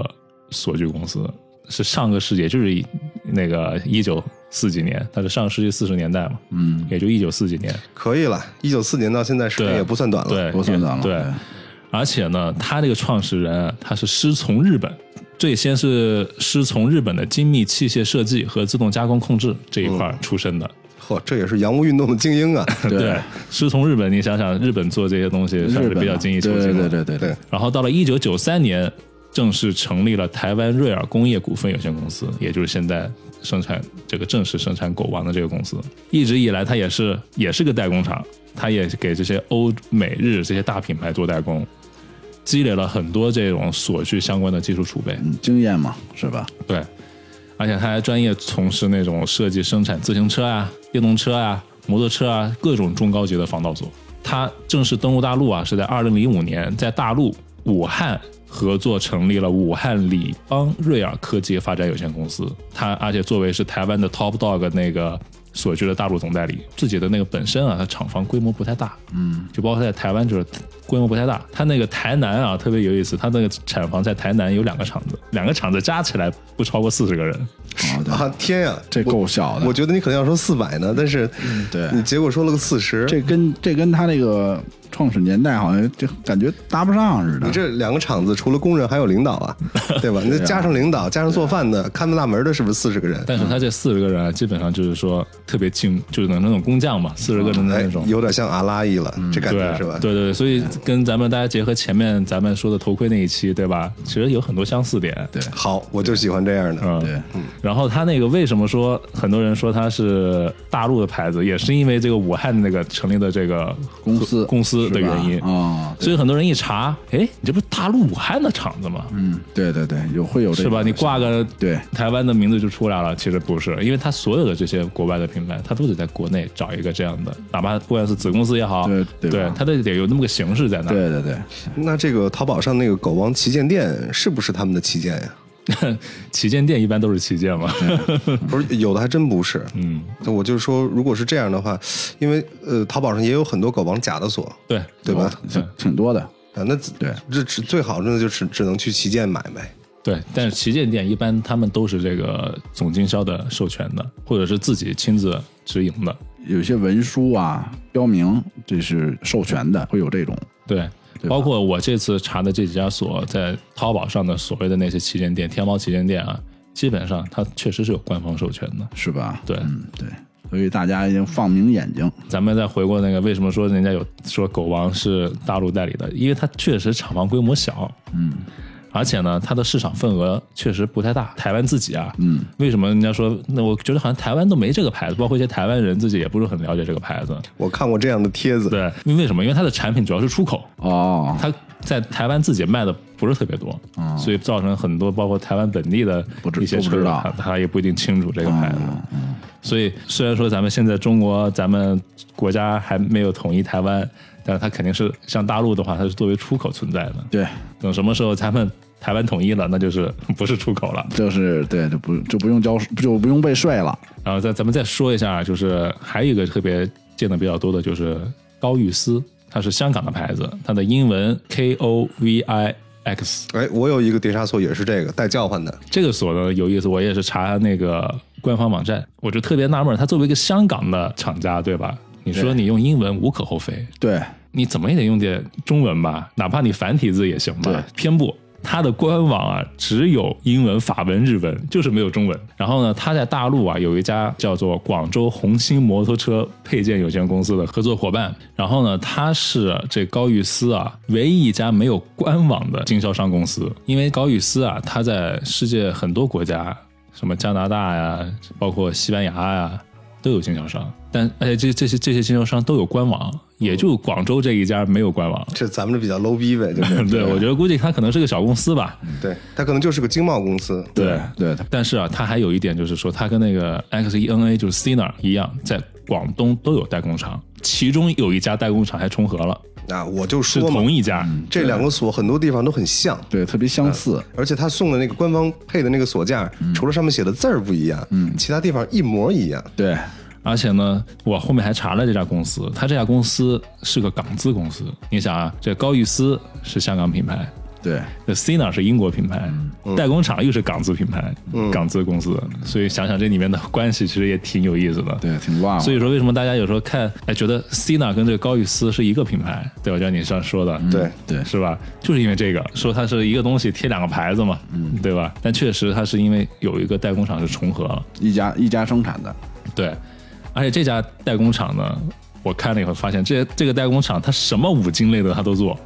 C: 锁具公司，是上个世纪，就是一那个一九四几年，它是上个世纪四十年代嘛，嗯，也就一九四几年，
B: 可以了，一九四年到现在时间
C: 对
B: 也不算短了。
C: 对，
D: 不算短了
C: 对
D: 对，
C: 而且呢，他这个创始人他是师从日本，最先是师从日本的精密器械设计和自动加工控制这一块
D: 嗯
C: 儿出身的。
B: 嚯，这也是洋务运动的精英 啊！
C: 对，师从日本，你想想，日本做这些东西算
D: 日
C: 是
D: 本
C: 比较
D: 啊
C: 精益求精
D: 对
C: 了。
D: 对对对
B: 对，
C: 然后到了一九九三年，正式成立了台湾瑞尔工业股份有限公司，也就是现在生产这个正式生产狗王的这个公司。一直以来，它也是也是个代工厂，它也给这些欧美日这些大品牌做代工，积累了很多这种所需相关的技术储备。
D: 嗯经验嘛，是吧？
C: 对，而且他还专业从事那种设计、生产自行车啊、电动车啊、摩托车啊各种中高级的防盗锁。他正式登陆大陆啊，是在二零零五年，在大陆武汉合作成立了武汉里邦瑞尔科技发展有限公司。他而且作为是台湾的 Top Dog 那个所居的大陆总代理，自己的那个本身啊，它厂房规模不太大，嗯，就包括在台湾就是规模不太大。它那个台南啊特别有意思，它那个产房在台南有两个厂子，两个厂子加起来不超过四十个人，
D: 好的，
B: 啊，天呀，
D: 这够小的
B: 我。我觉得你可能要说四百呢，但是
D: 对
B: 你结果说了个四十，
D: 这跟这跟他那个创始年代好像就感觉搭不上似的
B: 你。这两个厂子除了工人还有领导啊，对吧？那加上领导，加上做饭的，看得大门的，是不是四十个人？
C: 但是他这四十个人啊，基本上就是说特别精，就是那种工匠嘛，四十个人的
B: 哎
C: 那种，，
B: 有点像阿拉伊了，这哎感觉
C: 对，啊
B: 是吧？
C: 对对对，所以跟咱们大家结合前面咱们说的头盔那一期，对吧？其实有很多相似点。对，
B: 好，我就喜欢这样的。
C: 嗯，
D: 对。
C: 然后他那个为什么说很多人说它是大陆的牌子，也是因为这个武汉那个成立的这个
D: 公司
C: 公司的原因
D: 是吧啊
C: 所以很多人一查，哎，你这不是大陆武汉的厂子吗？
D: 嗯，对对对，有会有这
C: 是吧？
D: 个
C: 你挂个
D: 对
C: 台湾的名字就出来了，其实不是，因为它所有的这些国外的品牌，它都得在国内找一个这样的，哪怕不管是子公司也好，
D: 对对吧
C: 对，它都得有那么个形式在那。
D: 对对对，
B: 那这个淘宝上那个狗王旗舰店是不是他们的旗舰呀？
C: 旗舰店一般都是旗舰嘛，
B: 不是，有的还真不是。嗯，我就说，如果是这样的话，因为呃，淘宝上也有很多狗王假的锁，
C: 对
B: 对吧？
D: 挺挺多的。
B: 啊，那
D: 啊对，
B: 这只最好那就只只能去旗舰买呗。
C: 对，但是旗舰店一般他们都是这个总经销的授权的，或者是自己亲自直营的，
D: 有些文书啊，标明这是授权的，会有这种。
C: 对。
D: 对吧
C: 包括我这次查的这几家锁，在淘宝上的所谓的那些旗舰店，天猫旗舰店啊，基本上它确实是有官方授权的。
D: 是吧？
C: 对
D: 嗯，对，所以大家已经放明眼睛，
C: 咱们再回过那个，为什么说人家有说狗王是大陆代理的？因为它确实厂房规模小，嗯，而且呢，它的市场份额确实不太大。台湾自己啊，嗯，为什么人家说？那我觉得好像台湾都没这个牌子，包括一些台湾人自己也不是很了解这个牌子。
B: 我看过这样的帖子，
C: 对，因为为什么？因为它的产品主要是出口，
D: 哦，
C: 它在台湾自己卖的不是特别多，所以造成很多包括台湾本地的
D: 嗯不知
C: 一些
D: 都不
C: 车
D: 知
C: 主，
D: 道嗯
C: 他他也不一定清楚这个牌子。所以虽然说咱们现在中国咱们国家还没有统一台湾，但是它肯定是像大陆的话，它是作为出口存在的。
D: 对，
C: 等什么时候咱们台湾统一了，那就是不是出口了。
D: 就是对，就不就不用交，就不用被税了。
C: 然后再咱们再说一下，就是还有一个特别见的比较多的就是高玉丝，它是香港的牌子，它的英文 K O V I X。
B: 哎，我有一个碟刹锁也是这个带叫唤的，
C: 这个锁呢有意思，我也是查那个官方网站，我就特别纳闷，它作为一个香港的厂家，对吧？你说你用英文无可厚非，
D: 对，
C: 你怎么也得用点中文吧，哪怕你繁体字也行
D: 对
C: 吧。偏不，它的官网啊只有英文、法文、日文，就是没有中文。然后呢，它在大陆啊有一家叫做广州红星摩托车配件有限公司的合作伙伴。然后呢，它是这高玉丝啊唯一一家没有官网的经销商公司，因为高玉丝啊，它在世界很多国家。什么加拿大呀，包括西班牙呀，都有经销商，但而且这这些这些经销商都有官网，也就广州这一家没有官网。
B: 这咱们这比较 low 逼呗，就是
C: 对，我觉得估计他可能是个小公司吧。
B: 对，它可能就是个经贸公司，
C: 对，
D: 对，
C: 但是啊，他还有一点就是说，他跟那个 XENA 就是 c i n a 一样，在广东都有代工厂，其中有一家代工厂还重合了，
B: 啊，我就是说嘛
C: 同，一家。
B: 这两个锁很多地方都很像，
D: 对，特别相似。
C: 嗯
B: 而且他送的那个官方配的那个锁架，除了上面写的字儿不一样，其他地方一模一样。
D: 对，
C: 而且呢，我后面还查了这家公司，他这家公司是个港资公司。你想啊，这高玉丝是香港品牌，
D: 对，
C: 那 Cina 是英国品牌，
D: 嗯
C: 代工厂又是港资品牌，港资公司，所以想想这里面的关系其实也挺有意思的。
D: 对，挺乱。
C: 所以说为什么大家有时候看，哎，觉得 Cina 跟这个高玉丝是一个品牌？对，我就像你上说的，
B: 对，
D: 嗯对
C: 是吧？就是因为这个，说它是一个东西贴两个牌子嘛，
D: 嗯
C: 对吧？但确实它是因为有一个代工厂是重合了，
D: 一家一家生产的，
C: 对，而且这家代工厂呢。我看了以后发现，这这个代工厂它什么五金类的它都做，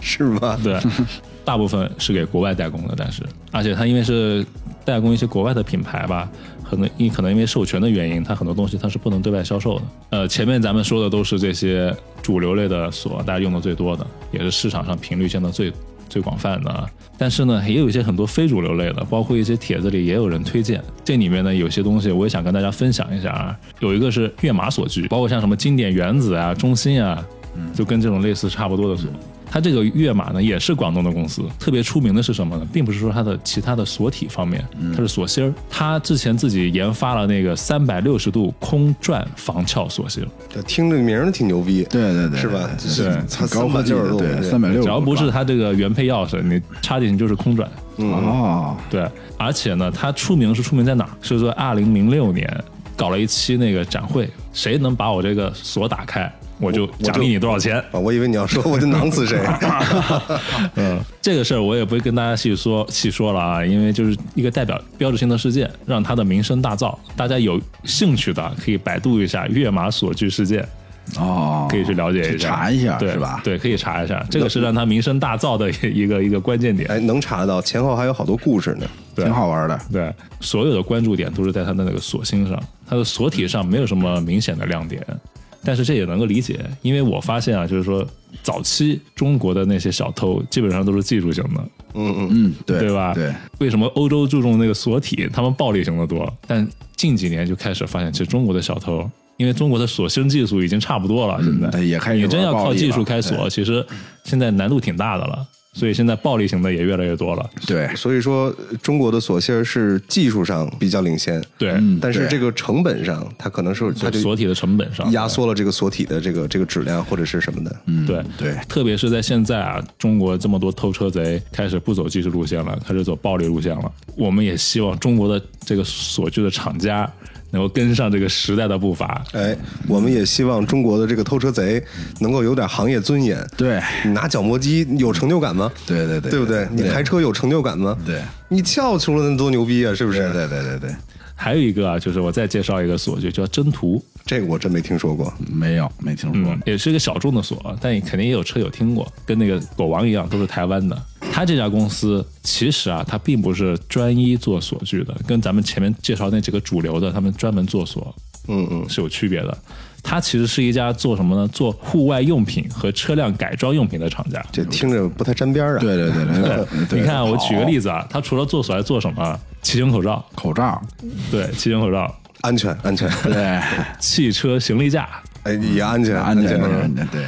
B: 是吗？
C: 对，大部分是给国外代工的，但是而且它因为是代工一些国外的品牌吧，很多因可能因为授权的原因，它很多东西它是不能对外销售的。呃，前面咱们说的都是这些主流类的锁，大家用的最多的，也是市场上频率现在最。最广泛的啊，但是呢，也有一些很多非主流类的，包括一些帖子里也有人推荐。这里面呢，有些东西我也想跟大家分享一下啊。有一个是跃马锁具，包括像什么经典原子啊、中心啊，就跟这种类似差不多的锁。它这个跃马呢，也是广东的公司，特别出名的是什么呢？并不是说它的其他的锁体方面，它是锁芯儿。它之前自己研发了那个三百六十度空转防翘锁芯儿，
B: 这听这名儿挺牛逼，
D: 对对对，
B: 是吧？
D: 对
B: 是它
D: 挺高
B: 三百
D: 科技
B: 六十
D: 的，
B: 度，
D: 对，三百六，
C: 只要不是它这个原配钥匙，你插进去就是空转。
B: 嗯
D: 哦，
C: 对，而且呢，它出名是出名在哪儿？是在二零零六年搞了一期那个展会，谁能把我这个锁打开，我就奖励你多少钱。
B: 啊，我以为你要说我就囊死谁，
C: 嗯，这个事儿我也不会跟大家细说细说了啊，因为就是一个代表标志性的事件，让它的名声大噪。大家有兴趣的可以百度一下“跃马所居事件
D: 哦”，，
C: 可以去了解
D: 去
C: 一下，
D: 查一下
C: 对
D: 是吧？
C: 对，可以查一下，这个是让它名声大噪的一个一个关键点。
B: 哎，能查得到，前后还有好多故事呢。
C: 对
D: 挺好玩的。
C: 对，所有的关注点都是在他的那个锁心上，他的锁体上没有什么明显的亮点，但是这也能够理解，因为我发现啊，就是说早期中国的那些小偷基本上都是技术型的，
B: 嗯嗯，
D: 嗯，对
C: 对吧
D: 对，
C: 为什么欧洲注重那个锁体，他们暴力型的多？但近几年就开始发现，其实中国的小偷，因为中国的锁芯技术已经差不多了，现在、
D: 嗯对也开始
C: 你真要
D: 玩暴
C: 靠
D: 力
C: 技术
D: 了
C: 开锁，其实现在难度挺大的了，所以现在暴力型的也越来越多了。
D: 对，
B: 所以说中国的锁芯儿是技术上比较领先，
C: 对，
D: 嗯
B: 但是
D: 对
B: 这个成本上，它可能是它
C: 就
B: 就
C: 锁体的成本
D: 啊
C: 上
B: 压缩了这个锁体的这个这个质量或者是什么的。嗯，
C: 对
D: 对
C: 特别是在现在啊，中国这么多偷车贼开始不走技术路线了，开始走暴力路线了。我们也希望中国的这个所居的厂家能够跟上这个时代的步伐。
B: 哎，我们也希望中国的这个偷车贼能够有点行业尊严。
D: 对
B: 你拿角磨机有成就感吗？
D: 对对对
B: 对不对？你抬车有成就感吗？
D: 对，
B: 你撬出了那多牛逼啊！是不是？
D: 对对对对对，
C: 还有一个啊，就是我再介绍一个所居，叫征途，
B: 这个我真没听说过。
D: 没有没听说
C: 嗯，也是一个小众的所，但你肯定也有车友听过，跟那个狗王一样，都是台湾的。他这家公司其实啊，它并不是专一做锁具的，跟咱们前面介绍那几个主流的，他们专门做锁，
B: 嗯嗯，
C: 是有区别的。它其实是一家做什么呢？做户外用品和车辆改装用品的厂家。
B: 这听着不太沾边儿啊。
D: 对对对 对对，
C: 你看啊，我举个例
D: 子，
C: 子啊，它除了做锁还做什么啊？骑行口罩，
D: 口罩，
C: 对，骑行口罩，
B: 安全安全，
D: 对，
C: 汽车行李架，
B: 哎，也安全
D: 安全
B: 安
D: 安全，对，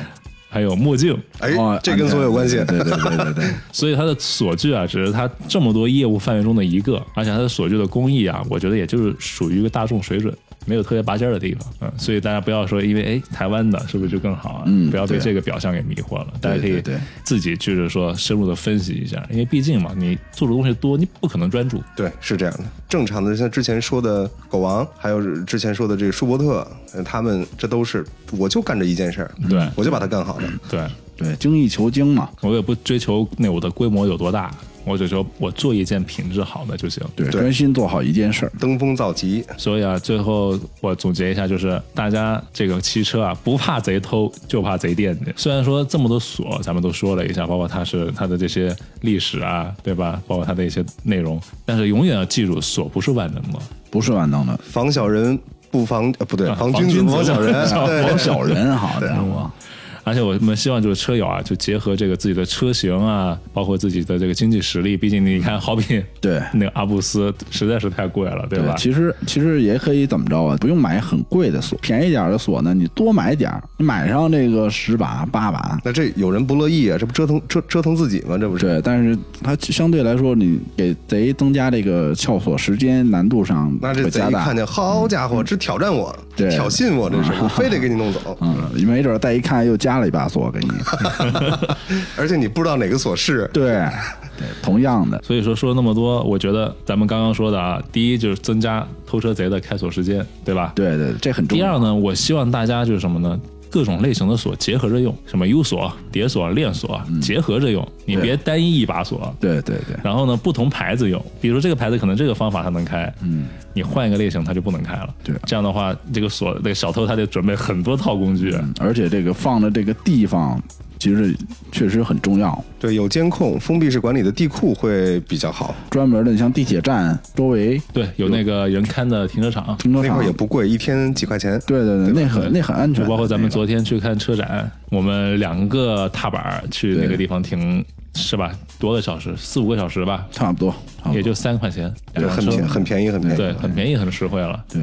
C: 还有墨镜。
B: 嗯哎
D: 哦，
B: 这跟锁有关系
D: 安。全对对对对 对，
C: 所以它的锁具啊，只是它这么多业务范围中的一个，而且它的锁具的工艺啊，我觉得也就是属于一个大众水准，没有特别拔尖儿的地方。嗯，所以大家不要说因为哎台湾的是不是就更好啊？
D: 嗯
C: 不要被
D: 对
C: 这个表象给迷惑了。大家可以
D: 对对
C: 自己就是说深入的分析一下，因为毕竟嘛，你做的东西多，你不可能专注。
B: 对，是这样的。正常的，像之前说的狗王，还有之前说的这个舒伯特，呃他们这都是，我就干这一件事儿，
D: 嗯
C: 对
B: 我就把它干好了。
C: 对
D: 对，精益求精嘛，
C: 我也不追求那我的规模有多大，我只说我做一件品质好的就行。
D: 对，
B: 对
D: 专心做好一件事儿，
B: 登峰造极，
C: 所以啊，最后我总结一下，就是大家这个骑车啊，不怕贼偷，就怕贼惦记。虽然说这么多锁，咱们都说了一下，包括它是它的这些历史啊，对吧？包括它的一些内容，但是永远要记住，锁不是万能的。
D: 不是万能的，
B: 防小人不防，呃不对，
C: 啊
B: 防
C: 防
B: 君子
C: 君
B: 不
C: 子
B: 防小人。 对嗯
D: 防小人好，家伙，
C: 而且我们希望就是车友啊，就结合这个自己的车型啊，包括自己的这个经济实力，毕竟你看，好比
D: 对
C: 那个阿布斯实在是太贵了，对吧？
D: 其实其实也可以怎么着啊？不用买很贵的锁，便宜点儿的锁呢，你多买点儿，你买上这个十把八把，
B: 那这有人不乐意啊，这不折腾折折腾自己吗？这不是？
D: 对，但是它相对来说，你给贼增加这个撬锁时间难度上
B: 那这
D: 会
B: 贼
D: 加
B: 一
D: 大
B: 看。见，好家伙，这挑战我，
D: 对
B: 挑衅我， 这是，我非得给你弄走。
D: 嗯，没准儿再一看又加了一把锁 给你。
B: 而且你不知道哪个锁是，
D: 对，对，同样的，
C: 所以说说那么多，我觉得咱们刚刚说的啊，第一就是增加偷车贼的开锁时间，对吧？
D: 对对，这很重
C: 第
D: 要。
C: 二呢，我希望大家就是什么呢？各种类型的锁结合着用，什么 U 锁、叠锁、链锁，结合着用，你
D: 嗯对
C: 别单一一把锁。
D: 对对对，
C: 然后呢，不同牌子用，比如说这个牌子可能这个方法它能开，嗯，你换一个类型它就不能开了。
D: 对
C: 这样的话，这个锁那个小偷他得准备很多套工具。
D: 嗯而且这个放的这个地方，其实确实很重要。
B: 对，有监控，封闭式管理的地库会比较好。
D: 专门的，你像地铁站周围
C: 对，有那个人看的停车场，
D: 停车
B: 那
D: 场
B: 块儿也，不贵，一天几块钱。
D: 对对对，那很那很安全
C: 就
D: 的。
C: 包括咱们
D: 那个
C: 昨天去看车展，我们两个踏板儿去那个
D: 对
C: 地方停，是吧？多个小时，四五个小时吧，
D: 差不多，差不多
C: 也就三块钱，
B: 对，
C: 两辆
B: 很
C: 车
B: 便很便宜，很便宜。
C: 对，很便宜，很实惠了。
D: 对，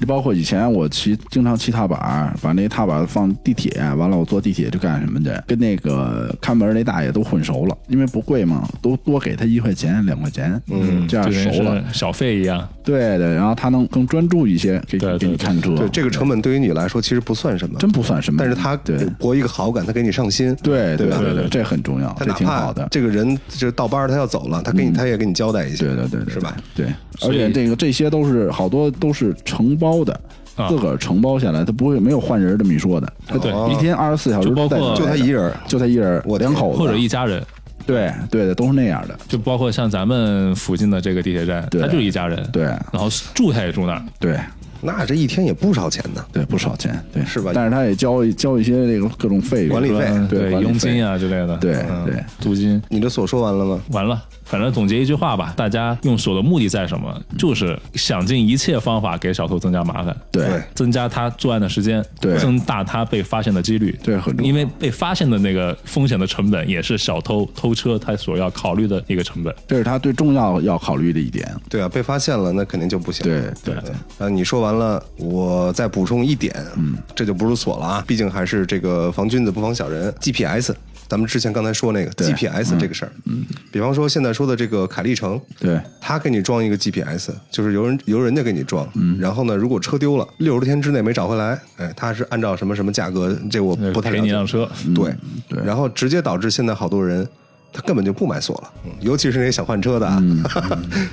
D: 就包括以前我骑，经常骑踏板儿，把那踏板儿放地铁，完了我坐地铁去干什么去？跟那个看门儿那大爷都混熟了，因为不贵嘛，都多给他一块钱、两块钱，嗯，这样
C: 就跟
D: 熟了。
C: 是小费一样。
D: 对对，然后他能更专注一些，给
C: 对对
D: 给你
C: 对
D: 看车。
B: 对，这个成本对于你来说其实不算什么，
D: 真不算什么，
B: 但是他
D: 对
B: 博一个好感，他给你上心，
D: 对
B: 对吧？
D: 对
C: 对
D: 对，
C: 对
D: 这很重要，
B: 他
D: 这
B: 哪
D: 挺
B: 怕
D: 好的。嗯
B: 这个人就是到班儿他要走了，他给你他也给你交代一下，
D: 对对对，对
B: 是吧？？
D: 对，而
C: 所以
D: 且这个这些都是好多都是承包的，
C: 啊
D: 自个儿承包下来，他不会没有换人这么一说的。他
C: 对
D: 一天二十四小时
C: 就包括
D: 带着
C: 就
B: 他一人儿
D: 就他一人儿，
B: 我
D: 两口子
C: 或者一家人，
D: 对对的都是那样的。
C: 就包括像咱们附近的这个地铁站，
D: 对
C: 他就是一家人，
D: 对
C: 然后住他也住那儿，
D: 对
B: 那这一天也不少钱呢。
D: 对，不少钱，对
B: 是吧
D: 但是他也交一交一些这个各种费用，
B: 管理费
D: 嗯对
C: 对，
D: 管理
C: 佣
D: 费
C: 金啊之类的，
D: 对
C: 嗯
D: 对，
C: 租金。
B: 你这所说完了吗？
C: 完了，反正总结一句话吧，大家用手的目的在什么？
D: 嗯
C: 就是想尽一切方法给小偷增加麻烦，
D: 对
B: 对
C: 增加他作案的时间，
D: 对
C: 增大他被发现的几率，
D: 对很重要
C: 因为被发现的那个风险的成本，也是小偷偷车他所要考虑的一个成本。
D: 这是他最重要要考虑的一点。
B: 对啊，被发现了那肯定就不行。
D: 对对
B: 对。啊，你说完了，我再补充一点，嗯，这就不是锁了啊，毕竟还是这个防君子不防小人，GPS。咱们之前刚才说那个 GPS 这个事儿，嗯，比方说现在说的这个凯利城，
D: 对
B: 他给你装一个 GPS，就是由人由人家给你装，然后呢，如果车丢了，六十天之内没找回来，哎，他是按照什么什么价格，这我不太了
C: 赔
B: 解。
C: 你一辆 车，
B: 对，
D: 对
B: 然后直接导致现在好多人他根本就不买锁了，嗯尤其是那些想换车的啊，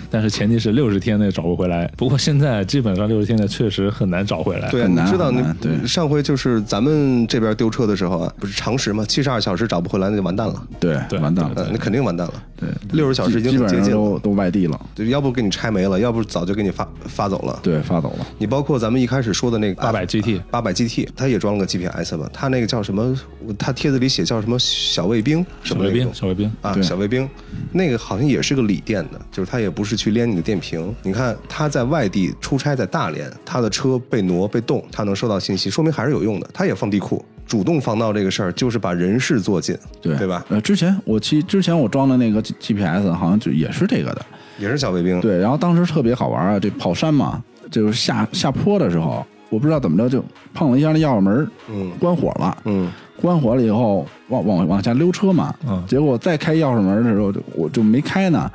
C: 但是前提是六十天内找不回来。不过现在基本上六十天内确实很难找回来。
B: 对，
D: 哎很
B: 你
D: 难
B: 知道
D: 很
B: 你
D: 难对
B: 上回就是咱们这边丢车的时候啊，不是常识嘛，七十二小时找不回来那就完蛋了，
D: 对
C: 对
D: 完蛋
B: 呃
D: 了，，
B: 那肯定完蛋了。
D: 对，
B: 六十小时已
D: 基
B: 经
D: 本
B: 很接
D: 上
B: 近了，
D: 都都外地了，
B: 对，要不给你拆没了，要不早就给你发发走了。
D: 对，发走了。
B: 你包括咱们一开始说的那个
C: 800 GT
B: 八百 GT，它也装了个 GPS 吧？它那个叫什么？它帖子里写叫什么小卫兵什
C: 小
B: 么
C: 卫
B: 那
C: 兵
B: 种，
C: 小卫兵，
B: 啊，
D: 对
B: 小卫兵，那个好像也是个锂电的，就是他也不是去连你的电瓶。你看他在外地出差，在大连，他的车被挪被动，他能收到信息，说明还是有用的。他也放地库，主动防盗这个事儿，就是把人事做尽，
D: 对
B: 对吧？
D: 呃，之前我其之前我装的那个 G GPS 啊好像就也是这个的，
B: 也是小卫兵，
D: 对。然后当时特别好玩啊，这跑山嘛，就是下下坡的时候，我不知道怎么着就碰了一下那钥匙门，
B: 嗯，
D: 关火了，
B: 嗯，
D: 关火了以后往往往下溜车嘛，
C: 嗯
D: 结果再开钥匙门的时候，就我就没开呢，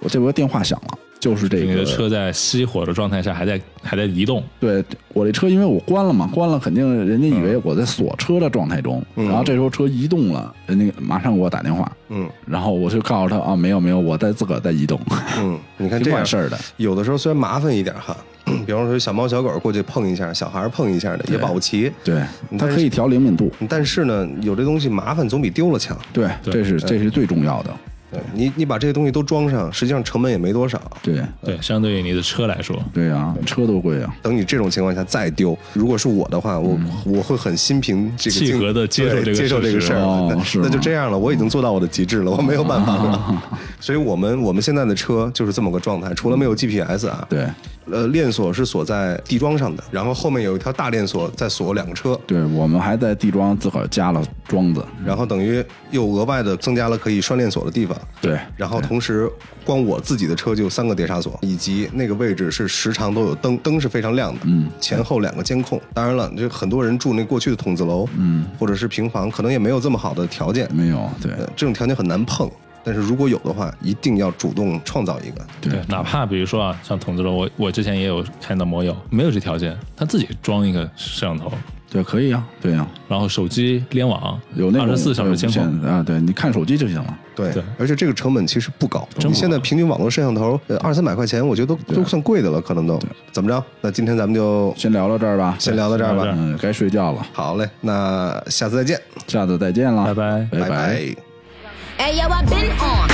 D: 我这边电话响了，就是这
C: 你
D: 个
C: 的车在熄火的状态下还在还在移动，
D: 对我这车，因为我关了嘛，关了肯定人家以为我在锁车的状态中，然后这时候车移动了，人家马上给我打电话，
B: 嗯
D: 然后我就告诉他啊，没有没有，我在自个儿在移动，
B: 嗯，你看
D: 挺
B: 这样
D: 管事儿的，
B: 有的时候虽然麻烦一点哈， 比方说小猫小狗过去碰一下，小孩儿碰一下的也保不齐，
D: 对，它
B: 但是
D: 可以调灵敏度，
B: 但是呢，有这东西麻烦总比丢了强。
D: 对，这是这是最重要的，
B: 对你你把这些东西都装上，实际上成本也没多少。
D: 对
C: 对，相对于你的车来说，
D: 对啊，车多贵啊，
B: 等你这种情况下再丢，如果是我的话，我、我会很心平这个
C: 嗯契
B: 境
C: 合地接受
B: 对
C: 这个
B: 接受这个
C: 事实
B: 事儿了、
D: 哦是
B: 那，那就
D: 吗
B: 这样了，我已
C: 嗯
B: 经做到我的极致了，我没有办法 了。所以我们我们现在的车就是这么个状态，除了没有 GPS 啊，
D: 对
B: 呃，链锁是锁在地桩上的，然后后面有一条大链锁在锁两个车，
D: 对，我们还在地桩自个儿加了桩子，
B: 然后等于又额外的增加了可以拴链锁的地方。
D: 对
B: 然后同时，光我自己的车就有三个碟刹锁，以及那个位置是时常都有灯，灯是非常亮的，嗯，前后两个监控。当然了，就很多人住那过去的筒子楼，嗯，或者是平房，可能也没有这么好的条件，
D: 没有对
B: 呃，这种条件很难碰。但是如果有的话，一定要主动创造一个。
C: 对，哪怕比如说啊，像筒子楼，我我之前也有看到摩友，没有这条件，他自己装一个摄像头，
D: 对，可以啊，对啊，
C: 然后手机联网，
D: 有那
C: 二
D: 种
C: 十四小时监控，
D: 无线啊，对你看手机就行了，
B: 对
C: 对
B: 而且这个成本其实不高。
C: 不
B: 你现在
C: 高
B: 平均网络摄像头，呃，二三百块钱，我觉得都都算贵的了，可能都。怎么着？那今天咱们就
D: 先聊到这儿吧，
B: 先聊到这儿
C: 先聊到这
B: 吧
C: 儿。
D: 嗯，该睡觉了，
B: 好嘞，那下次再见，
D: 下次再见了，
C: 拜拜
D: 拜
B: 拜拜
A: Hey yo, I been on.